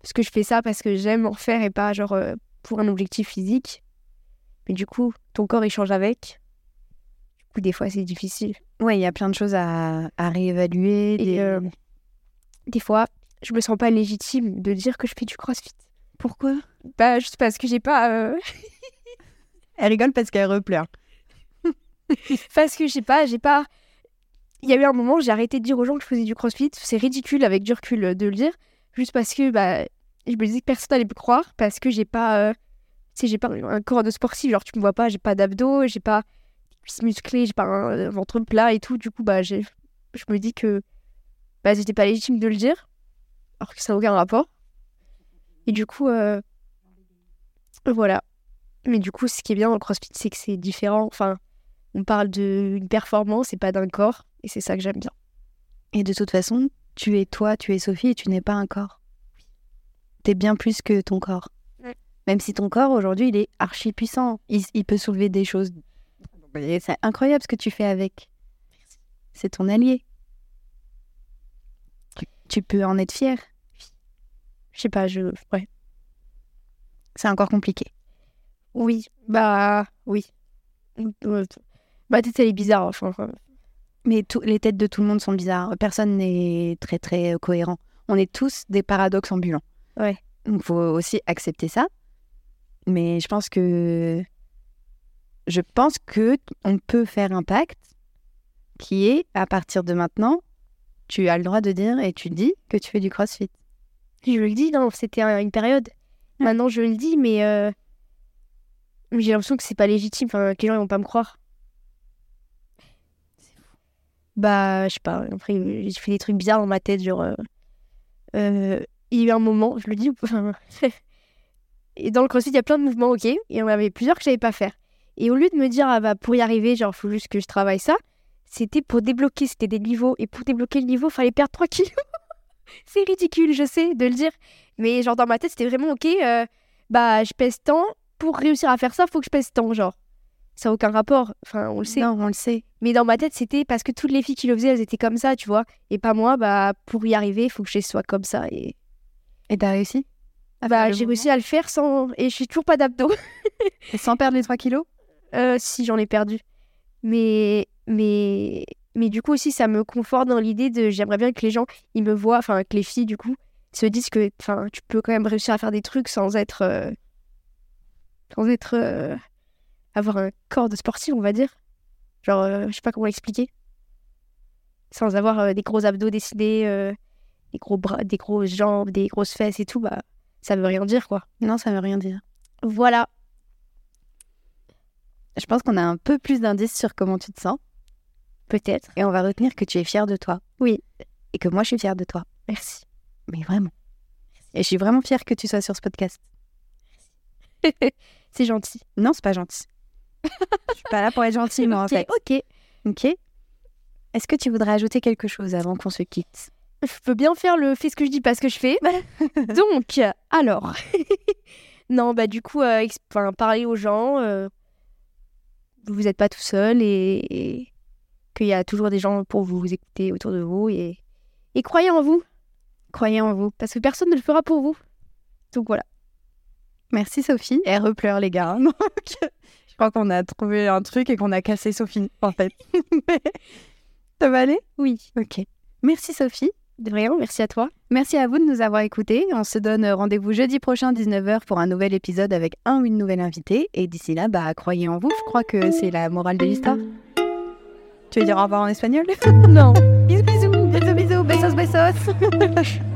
C: Parce que je fais ça parce que j'aime en faire et pas, genre, euh, pour un objectif physique. Mais du coup, ton corps, il change avec. Du coup, des fois, c'est difficile.
B: Ouais, il y a plein de choses à, à réévaluer.
C: Et,
B: des-
C: euh, Des fois, je me sens pas légitime de dire que je fais du crossfit.
B: Pourquoi
C: Bah, juste parce que j'ai pas. euh,
B: Elle rigole parce qu'elle repleure.
C: parce que je sais pas, j'ai pas. Il y a eu un moment où j'ai arrêté de dire aux gens que je faisais du crossfit. C'est ridicule avec du recul euh, de le dire. Juste parce que bah, je me disais que personne n'allait me croire. Parce que j'ai pas. euh, tu sais, j'ai pas un corps de sportif. Genre, tu me vois pas, j'ai pas d'abdos, j'ai pas des cuisses musclées, j'ai pas un euh, ventre plat et tout. Du coup, bah, j'ai- je me dis que bah, c'était pas légitime de le dire. Alors que ça n'a aucun rapport. Et du coup, euh, voilà. Mais du coup, ce qui est bien dans le crossfit, c'est que c'est différent. Enfin, on parle d'une performance et pas d'un corps. Et c'est ça que j'aime bien.
B: Et de toute façon, tu es toi, tu es Sophie et tu n'es pas un corps. T'es bien plus que ton corps.
C: Ouais.
B: Même si ton corps, aujourd'hui, il est archi puissant. Il, il peut soulever des choses. Et C'est incroyable ce que tu fais avec. C'est ton allié. Tu, tu peux en être fier.
C: Je sais pas, je. Ouais.
B: C'est encore compliqué.
C: Oui. Bah, oui. Euh,
B: Bah,
C: Ma tête, elle est bizarre. Enfin, euh,
B: Mais tout- les têtes de tout le monde sont bizarres. Personne n'est très très euh, cohérent. On est tous des paradoxes ambulants.
C: Ouais.
B: Donc faut aussi accepter ça. Mais je pense que je pense que on peut faire un pacte qui est à partir de maintenant, tu as le droit de dire et tu dis que tu fais du CrossFit.
C: je le dis, non, c'était un- une période. Maintenant, je le dis, mais. euh, mais J'ai l'impression que c'est pas légitime. Enfin, que les gens, ils vont pas me croire. Bah, je sais pas. Après, j'ai fait des trucs bizarres dans ma tête. Genre. euh, euh, il y a eu un moment, je le dis. ou pas Enfin, [laughs] et dans le crossfit, il y a plein de mouvements, ok. Et il y en avait plusieurs que je savais pas faire. Et au lieu de me dire, ah bah, pour y arriver, genre, faut juste que je travaille ça, c'était pour débloquer. C'était des niveaux. Et pour débloquer le niveau, fallait perdre 3 kilos. [laughs] C'est ridicule, je sais, de le dire. Mais genre, dans ma tête, c'était vraiment, ok, euh, bah, je pèse tant. Pour réussir à faire ça, faut que je pèse tant, genre. Ça n'a aucun rapport. Enfin, on le sait.
B: Non, on le sait.
C: Mais dans ma tête, c'était parce que toutes les filles qui le faisaient, elles étaient comme ça, tu vois. Et pas moi, bah, pour y arriver, il faut que je sois comme ça. Et
B: Et t'as réussi à faire
C: bah,
B: le
C: j'ai
B: mouvement
C: réussi à le faire sans. Et je suis toujours pas d'abdos.
B: Et sans perdre les 3 kilos.
C: Euh, si, j'en ai perdu. Mais. Mais. Mais du coup, aussi, ça me conforte dans l'idée de. J'aimerais bien que les gens, ils me voient, enfin, que les filles, du coup, se disent que. Enfin, tu peux quand même réussir à faire des trucs sans être. euh, Sans être. euh, Avoir un corps de sportif, on va dire. Genre, euh, je sais pas comment l'expliquer. Sans avoir euh, des gros abdos dessinés, euh, des gros bras, des grosses jambes, des grosses fesses et tout, bah, ça veut rien dire, quoi.
B: Non, ça veut rien dire.
C: Voilà.
B: Je pense qu'on a un peu plus d'indices sur comment tu te sens.
C: Peut-être.
B: Et on va retenir que tu es fière de toi.
C: Oui.
B: Et que moi, je suis fière de toi.
C: Merci.
B: Mais vraiment. Et je suis vraiment fière que tu sois sur ce podcast. [laughs]
C: C'est gentil.
B: Non, c'est pas gentil. je suis pas là pour être gentille, moi, en fait.
C: ok.
B: Ok. Est-ce que tu voudrais ajouter quelque chose avant qu'on se quitte
C: Je peux bien faire le fait ce que je dis pas ce que je
B: [laughs]
C: fais. Donc, alors. [laughs] non, bah du coup, euh, ex- enfin, parler aux gens. euh, vous n'êtes pas tout seul et, et qu'il y a toujours des gens pour vous écouter autour de vous. Et, et croyez en vous,
B: Croyez en vous.
C: parce que personne ne le fera pour vous. Donc voilà.
B: Merci, Sophie. Elle repleure, les gars. [laughs] Donc, je crois qu'on a trouvé un truc et qu'on a cassé Sophie, en fait. [laughs] Ça va aller
C: Oui.
B: Ok. Merci, Sophie.
C: De rien, merci à toi.
B: Merci à vous de nous avoir écoutés. On se donne rendez-vous jeudi prochain 19h pour un nouvel épisode avec un ou une nouvelle invitée. Et d'ici là, bah, croyez en vous. Je crois que c'est la morale de l'histoire. Tu veux dire au revoir en espagnol
C: [laughs] Non.
B: Bisous, bisous, bisous, bisous, besos, besos.